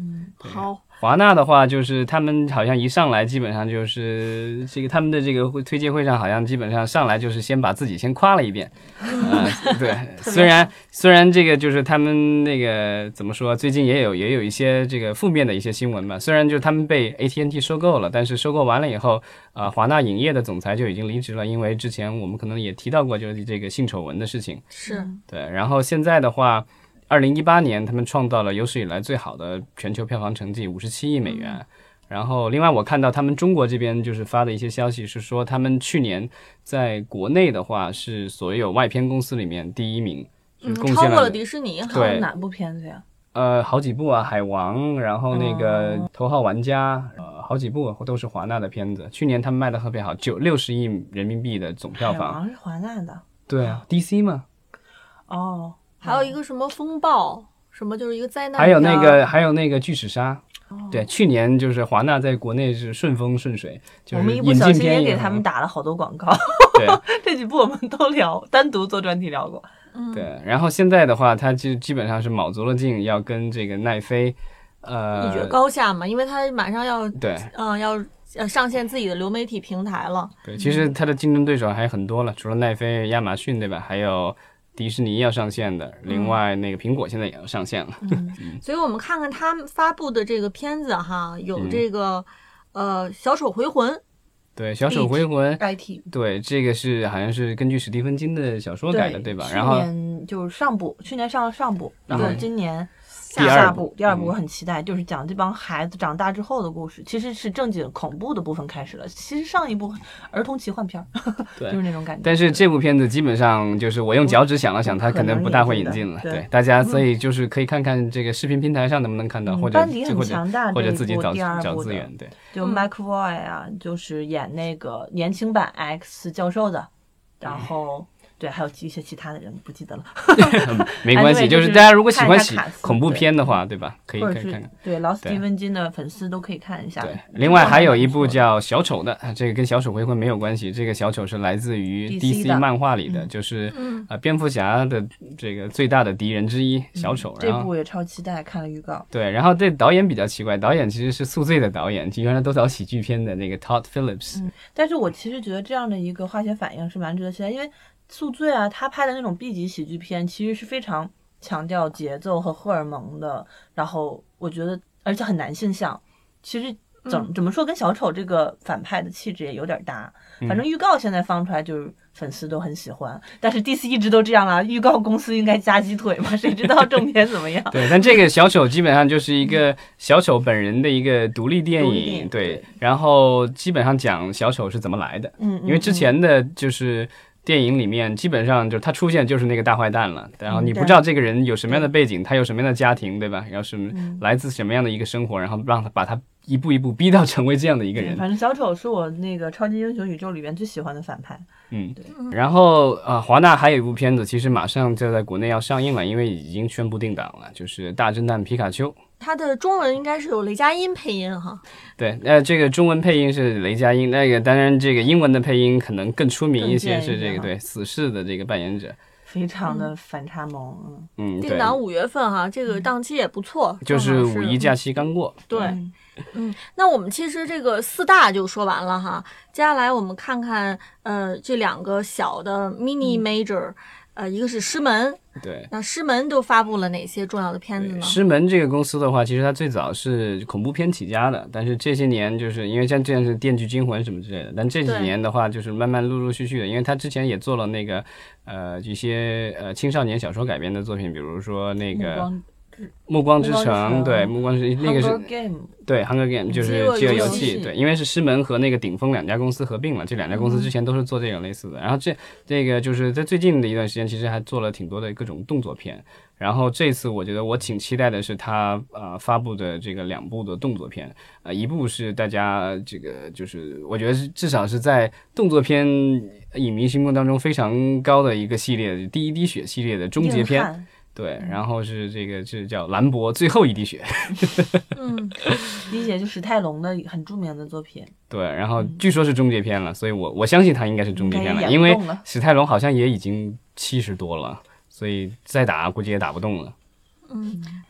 [SPEAKER 3] 嗯，
[SPEAKER 2] 好，
[SPEAKER 1] 华纳的话，就是他们好像一上来基本上就是这个他们的这个会推介会上，好像基本上上来就是先把自己先夸了一遍。啊、对，虽然虽然这个就是他们那个怎么说，最近也有也有一些这个负面的一些新闻嘛。虽然就是他们被 AT&T 收购了，但是收购完了以后，啊，华纳影业的总裁就已经离职了，因为之前我们可能也提到过，就是这个性丑闻的事情。
[SPEAKER 2] 是
[SPEAKER 1] 对，然后现在的话，二零一八年他们创造了有史以来最好的全球票房成绩，五十七亿美元。然后，另外我看到他们中国这边就是发的一些消息，是说他们去年在国内的话是所有外片公司里面第一名，就
[SPEAKER 2] 嗯
[SPEAKER 1] 是贡，
[SPEAKER 2] 超
[SPEAKER 1] 献
[SPEAKER 2] 过
[SPEAKER 1] 了
[SPEAKER 2] 了迪士尼。
[SPEAKER 1] 对
[SPEAKER 3] 哪部片子呀？
[SPEAKER 1] 呃好几部啊，《海王》，然后那个《头号玩家》，呃好几部都是华纳的片子。去年他们卖的特别好，九六十亿人民币的总票
[SPEAKER 3] 海
[SPEAKER 1] 房。
[SPEAKER 3] 王是华纳的
[SPEAKER 1] 对啊，DC 嘛，
[SPEAKER 3] 哦，
[SPEAKER 2] 还有一个什么风暴，什么就是一个灾
[SPEAKER 1] 嗯
[SPEAKER 2] 难片儿，
[SPEAKER 1] 还有那个，还有那个巨齿鲨。
[SPEAKER 3] 哦
[SPEAKER 1] 对，去年就是华纳在国内是顺风顺水，就
[SPEAKER 3] 我
[SPEAKER 1] 是
[SPEAKER 3] 们一不
[SPEAKER 1] 引
[SPEAKER 3] 小
[SPEAKER 1] 进
[SPEAKER 3] 心
[SPEAKER 1] 片
[SPEAKER 3] 也
[SPEAKER 1] 也
[SPEAKER 3] 给他
[SPEAKER 1] 很
[SPEAKER 3] 们打了好多广告。
[SPEAKER 1] 对
[SPEAKER 3] 这几部我们都聊，单独做专题聊过。
[SPEAKER 1] 对。然后现在的话，它就基本上是卯足了劲要跟这个奈飞，
[SPEAKER 2] 一决
[SPEAKER 1] 呃，
[SPEAKER 2] 高下嘛，因为他马上要，
[SPEAKER 1] 对
[SPEAKER 2] 嗯，要要上线自己的流媒体平台了。
[SPEAKER 1] 对，其实它的竞争对手还很多了，除了奈飞、亚马逊，对吧？还有迪士尼要上线的，
[SPEAKER 3] 嗯
[SPEAKER 1] 另外那个苹果现在也要上线了。嗯
[SPEAKER 2] 所以我们看看他们发布的这个片子哈，有这个、
[SPEAKER 1] 嗯
[SPEAKER 2] 呃《小丑回魂》
[SPEAKER 1] 对，《小手回魂》
[SPEAKER 3] IT
[SPEAKER 1] 对这个是好像是根据史蒂芬金的小说改的，对吧？然后
[SPEAKER 3] 去年就是上部，去年上了上部，然后
[SPEAKER 1] 对
[SPEAKER 3] 今年
[SPEAKER 1] 第
[SPEAKER 3] 下
[SPEAKER 1] 二
[SPEAKER 3] 部
[SPEAKER 1] 部，
[SPEAKER 3] 第二部
[SPEAKER 1] 嗯
[SPEAKER 3] 我很期待，就是讲这帮孩子长大之后的故事，其实是正经恐怖的部分开始了。其实上一部儿童奇幻片儿，
[SPEAKER 1] 对
[SPEAKER 3] 就是那种感觉。
[SPEAKER 1] 但是这部片子基本上就是我用脚趾想了想，
[SPEAKER 3] 不
[SPEAKER 1] 它可能不大会引进了。
[SPEAKER 3] 可
[SPEAKER 1] 对
[SPEAKER 3] 能也是的
[SPEAKER 1] 大家，所以就是可以看看这个视频平台上能不能看到，
[SPEAKER 3] 嗯
[SPEAKER 1] 或者
[SPEAKER 3] 班底很
[SPEAKER 1] 或
[SPEAKER 3] 强
[SPEAKER 1] 者
[SPEAKER 3] 大
[SPEAKER 1] 或
[SPEAKER 3] 这
[SPEAKER 1] 者
[SPEAKER 3] 一
[SPEAKER 1] 自己
[SPEAKER 3] 部
[SPEAKER 1] 找
[SPEAKER 3] 第二
[SPEAKER 1] 找
[SPEAKER 3] 部
[SPEAKER 1] 资
[SPEAKER 3] 的
[SPEAKER 1] 源。对，
[SPEAKER 3] 就 McVoy 啊，就是演那个年轻版 X 教授的，然后。对，还有一些其他的人不记得了，
[SPEAKER 1] 没关系，
[SPEAKER 3] 对就
[SPEAKER 1] 就是是大家如果喜欢
[SPEAKER 3] 看一
[SPEAKER 1] 喜
[SPEAKER 3] 下卡斯
[SPEAKER 1] 恐怖片的话，对吧？可以
[SPEAKER 3] 或
[SPEAKER 1] 可以
[SPEAKER 3] 者
[SPEAKER 1] 看
[SPEAKER 3] 是啊
[SPEAKER 1] 看。
[SPEAKER 3] 对老斯
[SPEAKER 1] 对
[SPEAKER 3] 蒂芬金的粉丝都可以看一下。
[SPEAKER 1] 对，另外还有一部
[SPEAKER 3] 叫。
[SPEAKER 1] 叫《小丑》的，啊这个跟《小丑回魂》没有关系。这个小丑是来自于
[SPEAKER 3] DC 的
[SPEAKER 1] DC 漫画里的，就是
[SPEAKER 2] 嗯
[SPEAKER 1] 呃蝙蝠侠的这个最大的敌人之一小丑。
[SPEAKER 3] 嗯这
[SPEAKER 1] 然后
[SPEAKER 3] 部也超期待，看了预告。
[SPEAKER 1] 对，然后这导演比较奇怪，导演其实是《宿醉》的导演，原来都导喜剧片的那个 Todd Phillips。
[SPEAKER 3] 但是我其实觉得这样的一个化学反应是蛮值得期待，因为《宿醉》啊，他拍的那种 B 级喜剧片其实是非常强调节奏和荷尔蒙的，然后我觉得而且很男性向，其实。怎怎么说，跟小丑这个反派的气质也有点搭。
[SPEAKER 1] 嗯
[SPEAKER 3] 反正预告现在放出来，就是粉丝都很喜欢。但是 DC 一直都这样啊，预告公司应该加鸡腿嘛，谁知道正片怎么样？
[SPEAKER 1] 对，但这个小丑基本上就是一个小丑本人的一个独立电
[SPEAKER 3] 独立电
[SPEAKER 1] 影，
[SPEAKER 3] 影
[SPEAKER 1] 对
[SPEAKER 3] 对，
[SPEAKER 1] 然后基本上讲小丑是怎么来的，
[SPEAKER 3] 嗯，嗯
[SPEAKER 1] 因为之
[SPEAKER 3] 嗯
[SPEAKER 1] 前的就是。电影里面基本上就是他出现就是那个大坏蛋了，然后
[SPEAKER 3] 嗯
[SPEAKER 1] 你不
[SPEAKER 3] 对
[SPEAKER 1] 知道这个人有什么样的背景，他有什么样的家庭，对吧？然后什么
[SPEAKER 3] 嗯
[SPEAKER 1] 来自什么样的一个生活，然后让他把他一步一步逼到成为这样的一个
[SPEAKER 3] 对
[SPEAKER 1] 人。
[SPEAKER 3] 反正小丑是我那个超级英雄宇宙里边最喜欢的反派。
[SPEAKER 1] 嗯，然后呃，华纳还有一部片子，其实马上就在国内要上映了，因为已经宣布定档了，就是《大侦探皮卡丘》。
[SPEAKER 2] 它的中文应该是有雷佳音配音哈，
[SPEAKER 1] 对，那、这个中文配音是雷佳音，那个当然这个英文的配音可能更出名一些，
[SPEAKER 3] 更见一
[SPEAKER 1] 是这
[SPEAKER 3] 点
[SPEAKER 1] 个
[SPEAKER 3] 了
[SPEAKER 1] 对死侍的这个扮演者，
[SPEAKER 3] 非常的反差萌，嗯，
[SPEAKER 1] 嗯，
[SPEAKER 2] 定
[SPEAKER 1] 对，嗯
[SPEAKER 2] 档五月份哈，这个档期也不错，
[SPEAKER 1] 就是
[SPEAKER 2] 正好
[SPEAKER 1] 五一假期刚过，
[SPEAKER 2] 对
[SPEAKER 3] 嗯
[SPEAKER 2] 嗯，那我们其实这个四大就说完了哈，接下来我们看看呃这两个小的
[SPEAKER 1] 嗯
[SPEAKER 2] mini major，、呃一个是师门，
[SPEAKER 1] 对。
[SPEAKER 2] 那师门都发布了哪些重要的片子呢？
[SPEAKER 1] 师门这个公司的话，其实它最早是恐怖片起家的，但是这些年就是因为像这样是《电锯惊魂》什么之类的，但这几
[SPEAKER 2] 对
[SPEAKER 1] 年的话，就是慢慢陆陆续续的，因为他之前也做了那个呃一些呃青少年小说改编的作品，比如说那
[SPEAKER 3] 目
[SPEAKER 1] 个《
[SPEAKER 3] 光
[SPEAKER 1] 暮光之城
[SPEAKER 3] 暮光之》，城
[SPEAKER 1] 对，《暮光之城》那个是
[SPEAKER 3] Hunger Game
[SPEAKER 1] 对《Hunger Game》就是
[SPEAKER 2] 饥饿
[SPEAKER 1] 《饥饿
[SPEAKER 2] 游
[SPEAKER 1] 游
[SPEAKER 3] 戏
[SPEAKER 1] 戏》，对，因为是师门和那个顶峰两家公司合并了，这两家公司之前都是做这种类似的。然后这这个就是在最近的一段时间，其实还做了挺多的各种动作片。然后这次我觉得我挺期待的是他呃发布的这个两部的动作片，呃一部是大家呃这个就是我觉得是至少是在动作片影迷心目当中非常高的一个系列，第一滴血系列的终结
[SPEAKER 3] 硬
[SPEAKER 1] 篇，
[SPEAKER 3] 汉
[SPEAKER 1] 对，然后是这个是叫兰博最后一滴血，
[SPEAKER 2] 嗯，
[SPEAKER 3] 理解就史泰龙的很著名的作品，
[SPEAKER 1] 对，然后
[SPEAKER 2] 嗯
[SPEAKER 1] 据说是终结篇了，所以我我相信他应该是终结篇
[SPEAKER 3] 应该
[SPEAKER 1] 了，
[SPEAKER 3] 也
[SPEAKER 1] 因为
[SPEAKER 3] 不动了
[SPEAKER 1] 史泰龙好像也已经七十多了，所以再打估计也打不动了。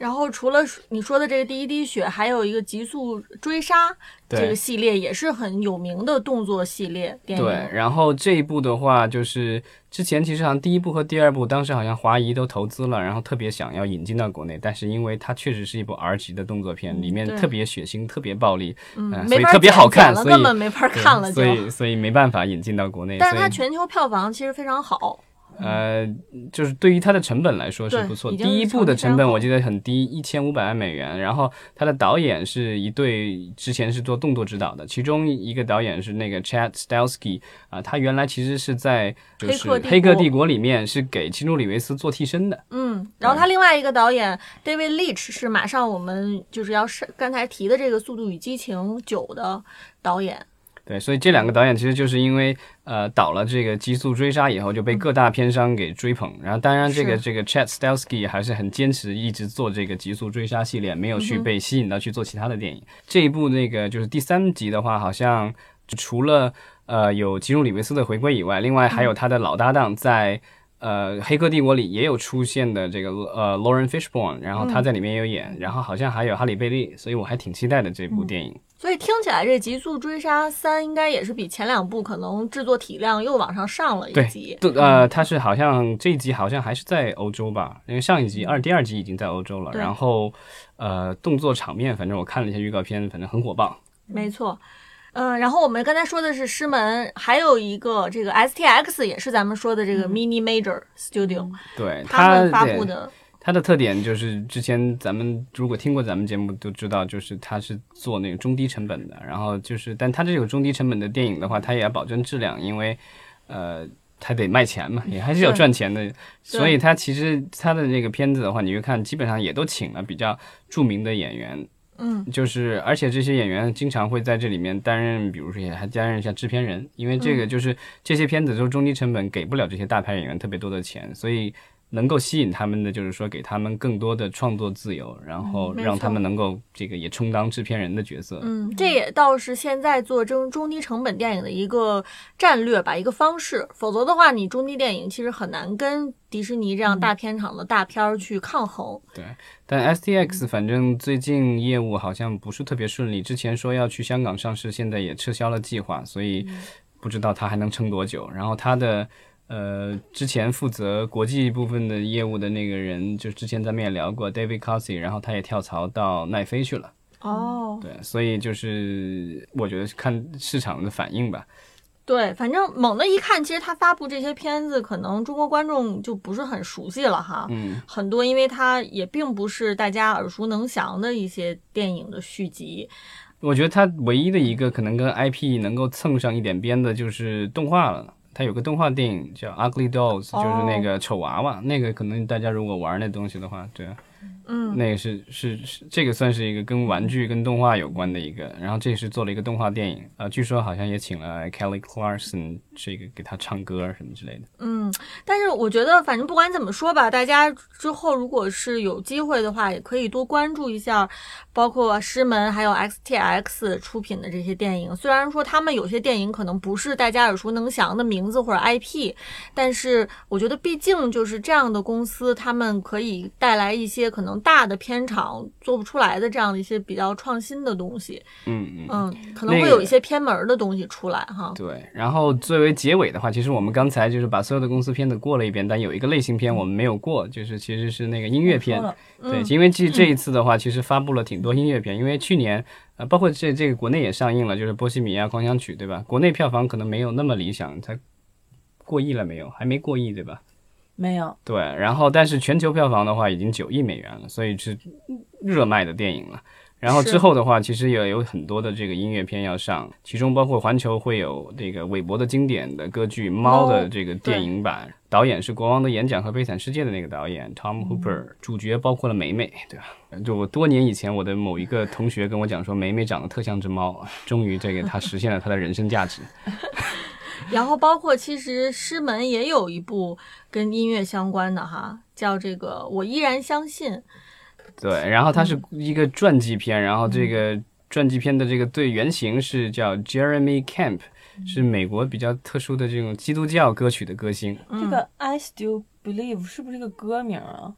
[SPEAKER 2] 然后除了你说的这个第一滴血，还有一个极速追杀
[SPEAKER 1] 对
[SPEAKER 2] 这个系列也是很有名的动作系列电影，
[SPEAKER 1] 对，然后这一部的话，就是之前其实好像第一部和第二部，当时好像华谊都投资了，然后特别想要引进到国内，但是因为它确实是一部 R 级的动作片，里面
[SPEAKER 2] 嗯对
[SPEAKER 1] 特别血腥、特别暴力，嗯、
[SPEAKER 2] 嗯，
[SPEAKER 1] 所
[SPEAKER 2] 没
[SPEAKER 1] 以
[SPEAKER 2] 法
[SPEAKER 1] 特别
[SPEAKER 2] 剪
[SPEAKER 1] 好看，
[SPEAKER 2] 剪了
[SPEAKER 1] 所以
[SPEAKER 2] 根本没法
[SPEAKER 1] 对
[SPEAKER 2] 看了就
[SPEAKER 1] 所。以所以没办法引进到国内。
[SPEAKER 2] 但是
[SPEAKER 1] 所
[SPEAKER 2] 它
[SPEAKER 1] 以
[SPEAKER 2] 全球票房其实非常好，
[SPEAKER 1] 呃，就是对于它的成本来说是
[SPEAKER 2] 对
[SPEAKER 1] 不错。
[SPEAKER 2] 已经
[SPEAKER 1] 第一部的成
[SPEAKER 2] 是长期非常
[SPEAKER 1] 本
[SPEAKER 2] 好
[SPEAKER 1] 我记得很低，一千五百万美元。然后它的导演是一对之前是做动作指导的，其中一个导演是那个 Chad Stahelski 啊、他原来其实是在就是
[SPEAKER 2] 黑客帝
[SPEAKER 1] 《
[SPEAKER 2] 国
[SPEAKER 1] 黑客帝国》里面是给基努里维斯做替身的。
[SPEAKER 2] 嗯，然后他另外一个导演 David Leitch 是马上我们就是要是刚才提的这个《速度与激情九》的导演，
[SPEAKER 1] 对，所以这两个导演其实就是因为呃导了这个《极速追杀》以后，就被各大片商给追捧。然后当然这个
[SPEAKER 2] 是
[SPEAKER 1] 这个 Chad Stahelski 还是很坚持一直做这个《极速追杀》系列，没有去被吸引到去做其他的电影。这一部那个就是第三集的话，好像除了呃有吉努里维斯的回归以外，另外还有他的老搭档在。呃，《黑客帝国》里也有出现的这个呃，Lauren Fishburne，然后他在里面也有演，然后好像还有哈里贝利，所以我还挺期待的这部电影。
[SPEAKER 2] 所以听起来这《极速追杀三》应该也是比前两部可能制作体量又往上上了一嗯
[SPEAKER 1] 对
[SPEAKER 2] 级，
[SPEAKER 1] 对，呃，它是好像这一集好像还是在欧洲吧，因为上一集二第二集已经在欧洲了。
[SPEAKER 2] 对
[SPEAKER 1] 然后，呃，动作场面，反正我看了一下预告片，反正很火爆。
[SPEAKER 2] 没错。嗯，然后我们刚才说的是师门，还有一个这个 STX 也是咱们说的这个 Mini Major Studio，、
[SPEAKER 1] 对
[SPEAKER 2] 他
[SPEAKER 1] 它
[SPEAKER 2] 们发
[SPEAKER 1] 嗯对
[SPEAKER 2] 布的，
[SPEAKER 1] 它的特点就是之前咱们如果听过咱们节目都知道，就是它是做那个中低成本的，然后就是，但它这种中低成本的电影的话，它也要保证质量，因为，呃。它得卖钱嘛，也还是有
[SPEAKER 2] 对
[SPEAKER 1] 赚钱的，所以它其实它的这个片子的话，你就看基本上也都请了比较著名的演员，
[SPEAKER 2] 嗯，
[SPEAKER 1] 就是，而且这些演员经常会在这里面担任，比如说也还担任一下制片人，因为这
[SPEAKER 2] 嗯
[SPEAKER 1] 个就是、这些片子都是中低成本，给不了这些大牌演员特别多的钱，所以能够吸引他们的就是说给他们更多的创作自由，然后
[SPEAKER 2] 嗯没
[SPEAKER 1] 让
[SPEAKER 2] 错
[SPEAKER 1] 他们能够这个也充当制片人的角色。
[SPEAKER 2] 嗯，这也倒是现在做中中低成本电影的一个战略吧，一个方式。否则的话，你中低电影其实很难跟迪士尼这样大片场的大片儿去抗衡。
[SPEAKER 1] 但 STX 反正最近业务好像不是特别顺利，之前说要去香港上市，现在也撤销了计划，所以不知道它还能撑多久。然后它的呃，之前负责国际部分的业务的那个人，就之前咱们也聊过 David c o s s y 然后他也跳槽到奈飞去了。
[SPEAKER 2] 哦，
[SPEAKER 1] 对，所以就是我觉得是看市场的反应吧。
[SPEAKER 2] 对，反正猛的一看，其实他发布这些片子，可能中国观众就不是很熟悉了哈。
[SPEAKER 1] 嗯，
[SPEAKER 2] 很多，因为它也并不是大家耳熟能详的一些电影的续集。
[SPEAKER 1] 我觉得它唯一的一个可能跟 IP 能够蹭上一点边的就是动画了。它有个动画电影叫《Ugly Dolls》，就是那个丑娃娃，那个可能大家如果玩那东西的话，对啊，
[SPEAKER 2] 嗯，嗯
[SPEAKER 1] 那个是是是这个算是一个跟玩具跟动画有关的一个，然后这是做了一个动画电影，呃，据说好像也请了 Kelly Clarkson 这个给他唱歌什么之类的。
[SPEAKER 2] 嗯，但是我觉得，反正不管怎么说吧，大家之后如果是有机会的话，也可以多关注一下，包括师门还有 XTX 出品的这些电影。虽然说他们有些电影可能不是大家耳熟能详的名字或者 IP，但是我觉得毕竟就是这样的公司，他们可以带来一些可能大的片场做不出来的这样的一些比较创新的东西。
[SPEAKER 1] 嗯嗯。
[SPEAKER 2] 嗯，可能
[SPEAKER 1] 那个
[SPEAKER 2] 会有一些偏门儿的东西出来哈。
[SPEAKER 1] 对，然后作为结尾的话，其实我们刚才就是把所有的公司片子过了一遍，但有一个类型片我们没有过，就是其实是那个音乐片
[SPEAKER 3] 说。了
[SPEAKER 2] 嗯
[SPEAKER 1] 对，因为这这一次的话，其实发布了挺多音乐片，因为去年呃，包括这这个国内也上映了，就是《波西米亚狂想曲》，对吧？国内票房可能没有那么理想，才过亿了没有？还没过亿，对吧？
[SPEAKER 3] 没有？
[SPEAKER 1] 对，然后但是全球票房的话已经九亿美元了，所以是热卖的电影了。然后
[SPEAKER 2] 是
[SPEAKER 1] 之后的话，其实也有很多的这个音乐片要上，其中包括环球会有这个韦伯的经典的歌剧《猫》的这个电影版，导演是《国王的演讲》和《悲惨世界》的那个导演 Tom Hooper，、主角包括了梅梅，对吧？呃就我多年以前，我的某一个同学跟我讲说，梅梅长得特像只猫，终于这个她实现了她的人生价值。
[SPEAKER 2] 然后包括其实师门也有一部跟音乐相关的哈，叫这个《我依然相信》。
[SPEAKER 1] 对，然后它是
[SPEAKER 2] 嗯
[SPEAKER 1] 一个传记片，然后这个传记片的这个对原型是叫 Jeremy Camp，是
[SPEAKER 2] 嗯
[SPEAKER 1] 美国比较特殊的这种基督教歌曲的歌星。
[SPEAKER 3] 这个 I still believe 是不是一个歌名啊？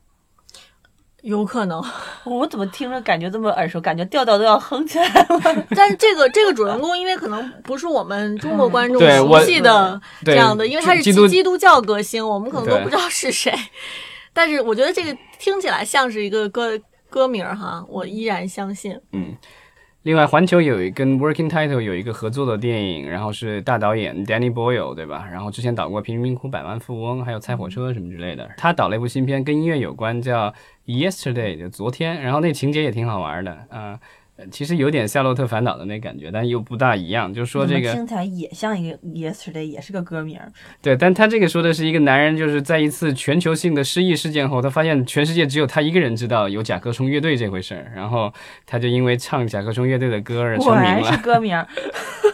[SPEAKER 2] 有可能，
[SPEAKER 3] 我怎么听着感觉这么耳熟，感觉调调都要哼起来了。
[SPEAKER 2] 但是这个这个主人公，因为可能不是我们中国观众
[SPEAKER 1] 嗯对
[SPEAKER 2] 熟
[SPEAKER 1] 我
[SPEAKER 2] 悉的这
[SPEAKER 1] 对，
[SPEAKER 2] 样的，因为他是
[SPEAKER 1] 基
[SPEAKER 2] 基
[SPEAKER 1] 督
[SPEAKER 2] 基督教歌星，我们可能都
[SPEAKER 1] 对
[SPEAKER 2] 不知道是谁。但是我觉得这个听起来像是一个歌歌名儿哈，我依然相信。
[SPEAKER 1] 另外，环球有一跟 Working Title 有一个合作的电影，然后是大导演 Danny Boyle，对吧？然后之前导过《贫民窟百万富翁》，
[SPEAKER 2] 嗯
[SPEAKER 1] 还有《猜火车》什么之类的。他导了一部新片，跟音乐有关，叫 Yesterday，就昨天。然后那情节也挺好玩的，啊、呃，其实有点夏洛特烦恼的那感觉，但又不大一样。就是
[SPEAKER 2] 嗯
[SPEAKER 1] 说这
[SPEAKER 3] 怎么
[SPEAKER 1] 个
[SPEAKER 3] 听起来也像一个 Yesterday，也是个歌名。
[SPEAKER 1] 对，但他这个说的是一个男人，就是在一次全球性的失忆事件后，他发现全世界只有他一个人知道有甲壳虫乐队这回事儿，然后他就因为唱甲壳虫乐队的歌而成
[SPEAKER 3] 果然
[SPEAKER 1] 名
[SPEAKER 3] 是
[SPEAKER 1] 了。
[SPEAKER 3] 歌名儿，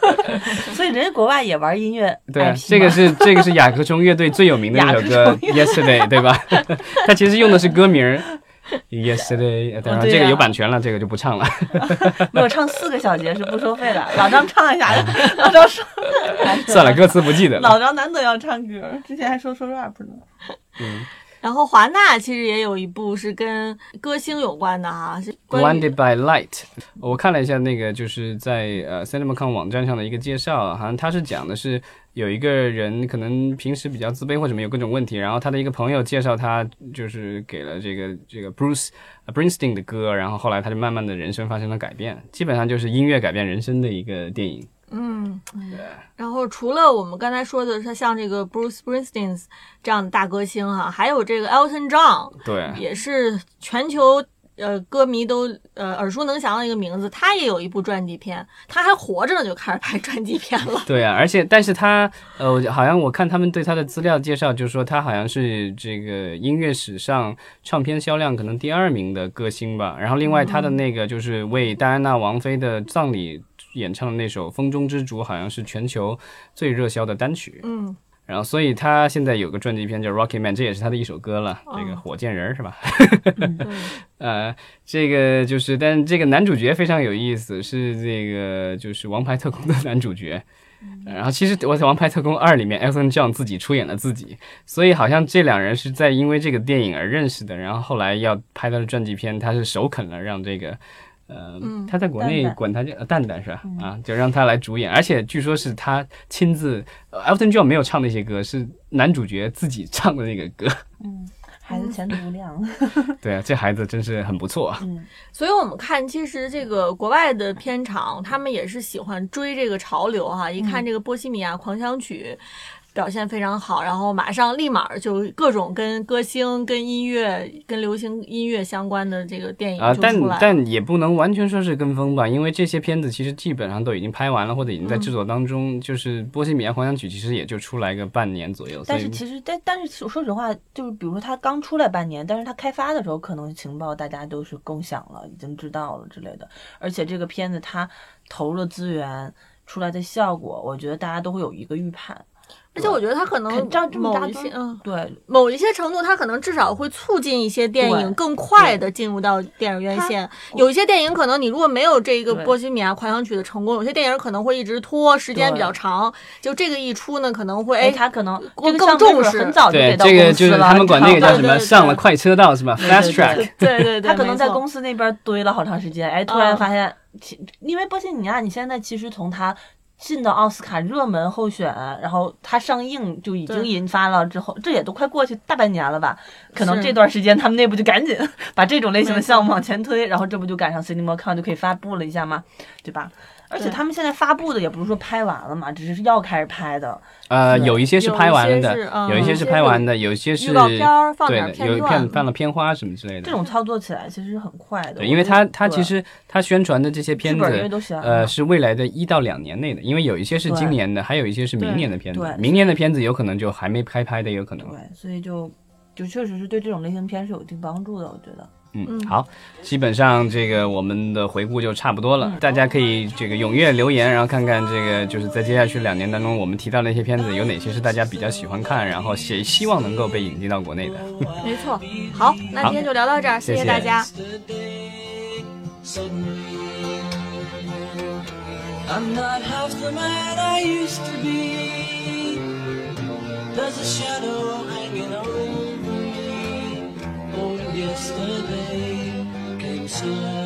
[SPEAKER 3] 所以人家国外也玩音乐 IP 嘛。
[SPEAKER 1] 对啊，这个是这个是甲壳虫乐队最有名的 那首歌
[SPEAKER 3] 甲
[SPEAKER 1] 《Yesterday》，对吧？他其实用的是歌名儿《Yesterday》，当
[SPEAKER 3] 哦
[SPEAKER 1] 然
[SPEAKER 3] 对
[SPEAKER 1] 这个
[SPEAKER 3] 啊
[SPEAKER 1] 有版权了，这个就不唱了。
[SPEAKER 3] 没有唱四个小节是不收费的。老张唱 一下，老张说
[SPEAKER 1] 算了，歌词不记得了。
[SPEAKER 3] 老张难得要唱歌，之前还说说 rap 呢。
[SPEAKER 2] 然后华纳其实也有一部是跟歌星有关的哈，是关于
[SPEAKER 1] Blinded by Light，我看了一下那个就是在呃 CinemaCon 网站上的一个介绍，啊好像他是讲的是有一个人可能平时比较自卑或者没有各种问题，然后他的一个朋友介绍他就是给了这个这个 Bruce Springsteen 的歌，然后后来他就慢慢的人生发生了改变，基本上就是音乐改变人生的一个电影。
[SPEAKER 2] 嗯，然后除了我们刚才说的，他像这个 Bruce Springsteen 这样的大歌星哈、还有这个 Elton John，
[SPEAKER 1] 对，
[SPEAKER 2] 也是全球呃歌迷都呃耳熟能详的一个名字。他也有一部传记片，他还活着呢就开始拍传记片了。
[SPEAKER 1] 对啊，而且但是他呃，我好像我看他们对他的资料介绍，就是说他好像是这个音乐史上唱片销量可能第二名的歌星吧。然后另外他的那个就是为戴安娜王妃的葬礼演唱的那首《风中之烛》，好像是全球最热销的单曲。
[SPEAKER 2] 嗯，
[SPEAKER 1] 然后所以他现在有个传记片叫《Rocket Man》，这也是他的一首歌了。这个火箭人儿是吧？
[SPEAKER 2] 对，
[SPEAKER 1] 呃，这个就是，但这个男主角非常有意思，是这个就是《王牌特工》的男主角。
[SPEAKER 3] 嗯
[SPEAKER 1] 呃然后其实我在《王牌特工二》里面，Elton John 自己出演了自己，所以好像这两人是在因为这个电影而认识的。然后后来要拍他的传记片，他是首肯了让这个，呃，他在国内
[SPEAKER 3] 嗯蛋蛋嗯
[SPEAKER 1] 管他叫呃蛋蛋是吧？啊，就让他来主演，而且据说是他亲自、呃、，Elton John 没有唱那些歌，是男主角自己唱的那个歌。
[SPEAKER 3] 孩子前途无量，
[SPEAKER 1] 对啊，这孩子真是很不错啊。
[SPEAKER 2] 所以我们看，其实这个国外的片嗯场，他们也是喜欢追这个潮流哈、一看这个《波西米亚狂想曲》表现非常好，然后马上立马就各种跟歌星、跟音乐、跟流行音乐相关的这个电影
[SPEAKER 1] 啊、
[SPEAKER 2] 就
[SPEAKER 1] 但
[SPEAKER 2] 出来了。
[SPEAKER 1] 但也不能完全说是跟风吧，因为这些片子其实基本上都已经拍完了，或者已经在制作当中。就是《波西米亚狂想曲》其实也就出来个半年左右，所
[SPEAKER 3] 但是
[SPEAKER 1] 以
[SPEAKER 3] 其实，但但是说实话，就是比如说它刚出来半年，但是它开发的时候，可能情报大家都是共享了，已经知道了之类的。而且这个片子它投入的资源出来的效果，我觉得大家都会有一个预判。
[SPEAKER 2] 而且我觉得他可能
[SPEAKER 3] 肯照这么大
[SPEAKER 2] 某一
[SPEAKER 3] 堆
[SPEAKER 2] 些嗯
[SPEAKER 3] 对，
[SPEAKER 2] 某一些程度，它可能至少会促进一些电影
[SPEAKER 3] 对
[SPEAKER 2] 更快的进入到电影院线。有一些电影可能你如果没有这个《
[SPEAKER 3] 对
[SPEAKER 2] 波西米亚啊狂想曲》的成功，有些电影可能会一直拖，时间比较长。就这个一出呢，可能会
[SPEAKER 3] 哎，
[SPEAKER 2] 哎，
[SPEAKER 3] 它可能
[SPEAKER 2] 我
[SPEAKER 3] 这个
[SPEAKER 2] 更
[SPEAKER 3] 项目
[SPEAKER 2] 重
[SPEAKER 3] 是
[SPEAKER 2] 视
[SPEAKER 3] 很早就
[SPEAKER 1] 对
[SPEAKER 3] 给到
[SPEAKER 1] 这
[SPEAKER 3] 公
[SPEAKER 1] 个
[SPEAKER 3] 司
[SPEAKER 1] 就是
[SPEAKER 3] 了
[SPEAKER 1] 他们管那个
[SPEAKER 3] 知道
[SPEAKER 1] 叫
[SPEAKER 3] 吧
[SPEAKER 1] 什
[SPEAKER 2] 对
[SPEAKER 1] 么
[SPEAKER 2] 对对
[SPEAKER 1] 上了快车道是吧？Fast
[SPEAKER 3] 对对
[SPEAKER 1] Track。
[SPEAKER 2] 对对对，
[SPEAKER 3] 他可能在
[SPEAKER 2] 没错
[SPEAKER 3] 公司那边堆了好长时间，哎，突然发现，其因为波西米亚，你现在其实从他进到奥斯卡热门候选，然后他上映就已经
[SPEAKER 2] 对
[SPEAKER 3] 引发了之后，这也都快过去大半年了吧？可能
[SPEAKER 2] 是
[SPEAKER 3] 这段时间他们内部就赶紧把这种类型的
[SPEAKER 2] 没错
[SPEAKER 3] 项目往前推，然后这不就赶上 CinemaCon 就可以发布了一下嘛，对吧？而且
[SPEAKER 2] 对
[SPEAKER 3] 他们现在发布的也不是说拍完了嘛，只是要开始拍的，
[SPEAKER 1] 呃，
[SPEAKER 3] 对
[SPEAKER 1] 有一些是
[SPEAKER 2] 有
[SPEAKER 1] 拍
[SPEAKER 2] 一
[SPEAKER 1] 完
[SPEAKER 2] 些
[SPEAKER 1] 了的，
[SPEAKER 2] 是嗯
[SPEAKER 1] 有一些是拍完的，有一些是
[SPEAKER 2] 预告片儿放
[SPEAKER 1] 对
[SPEAKER 2] 点
[SPEAKER 1] 的
[SPEAKER 2] 儿，片
[SPEAKER 1] 有
[SPEAKER 2] 段
[SPEAKER 1] 片放了片花什么之类
[SPEAKER 3] 这
[SPEAKER 1] 的。
[SPEAKER 3] 种操作起来其实是很快的。
[SPEAKER 1] 对，因为
[SPEAKER 3] 他
[SPEAKER 1] 他他其实他宣传的这些
[SPEAKER 3] 剧
[SPEAKER 1] 片
[SPEAKER 3] 本因
[SPEAKER 1] 子，
[SPEAKER 3] 为都嗯写完了
[SPEAKER 1] 呃，是未来的一到两年内的，因为有一些是今年的，还有一些是明年的片
[SPEAKER 3] 对
[SPEAKER 1] 子。
[SPEAKER 3] 对
[SPEAKER 1] 明年的片子有可能就还没开拍的，有可能。
[SPEAKER 3] 对，所以就就确实是对这种类型片是有一定帮助的，我觉得。
[SPEAKER 1] 嗯，好，基本上这个我们的回顾就差不多了，大家可以这个踊跃留言，然后看看这个就是在接下去两年当中我们提到的一些片子有哪些是大家比较喜欢看，然后希希望能够被引进到国内的。
[SPEAKER 2] 没错。好，那今天就聊到这儿，谢
[SPEAKER 1] 谢
[SPEAKER 2] 大
[SPEAKER 1] 谢
[SPEAKER 2] 家。
[SPEAKER 4] yesterday. Suddenly, I'm not half the man I used to be. There's a shadow hanging over me. Oh, yesterday came suddenly.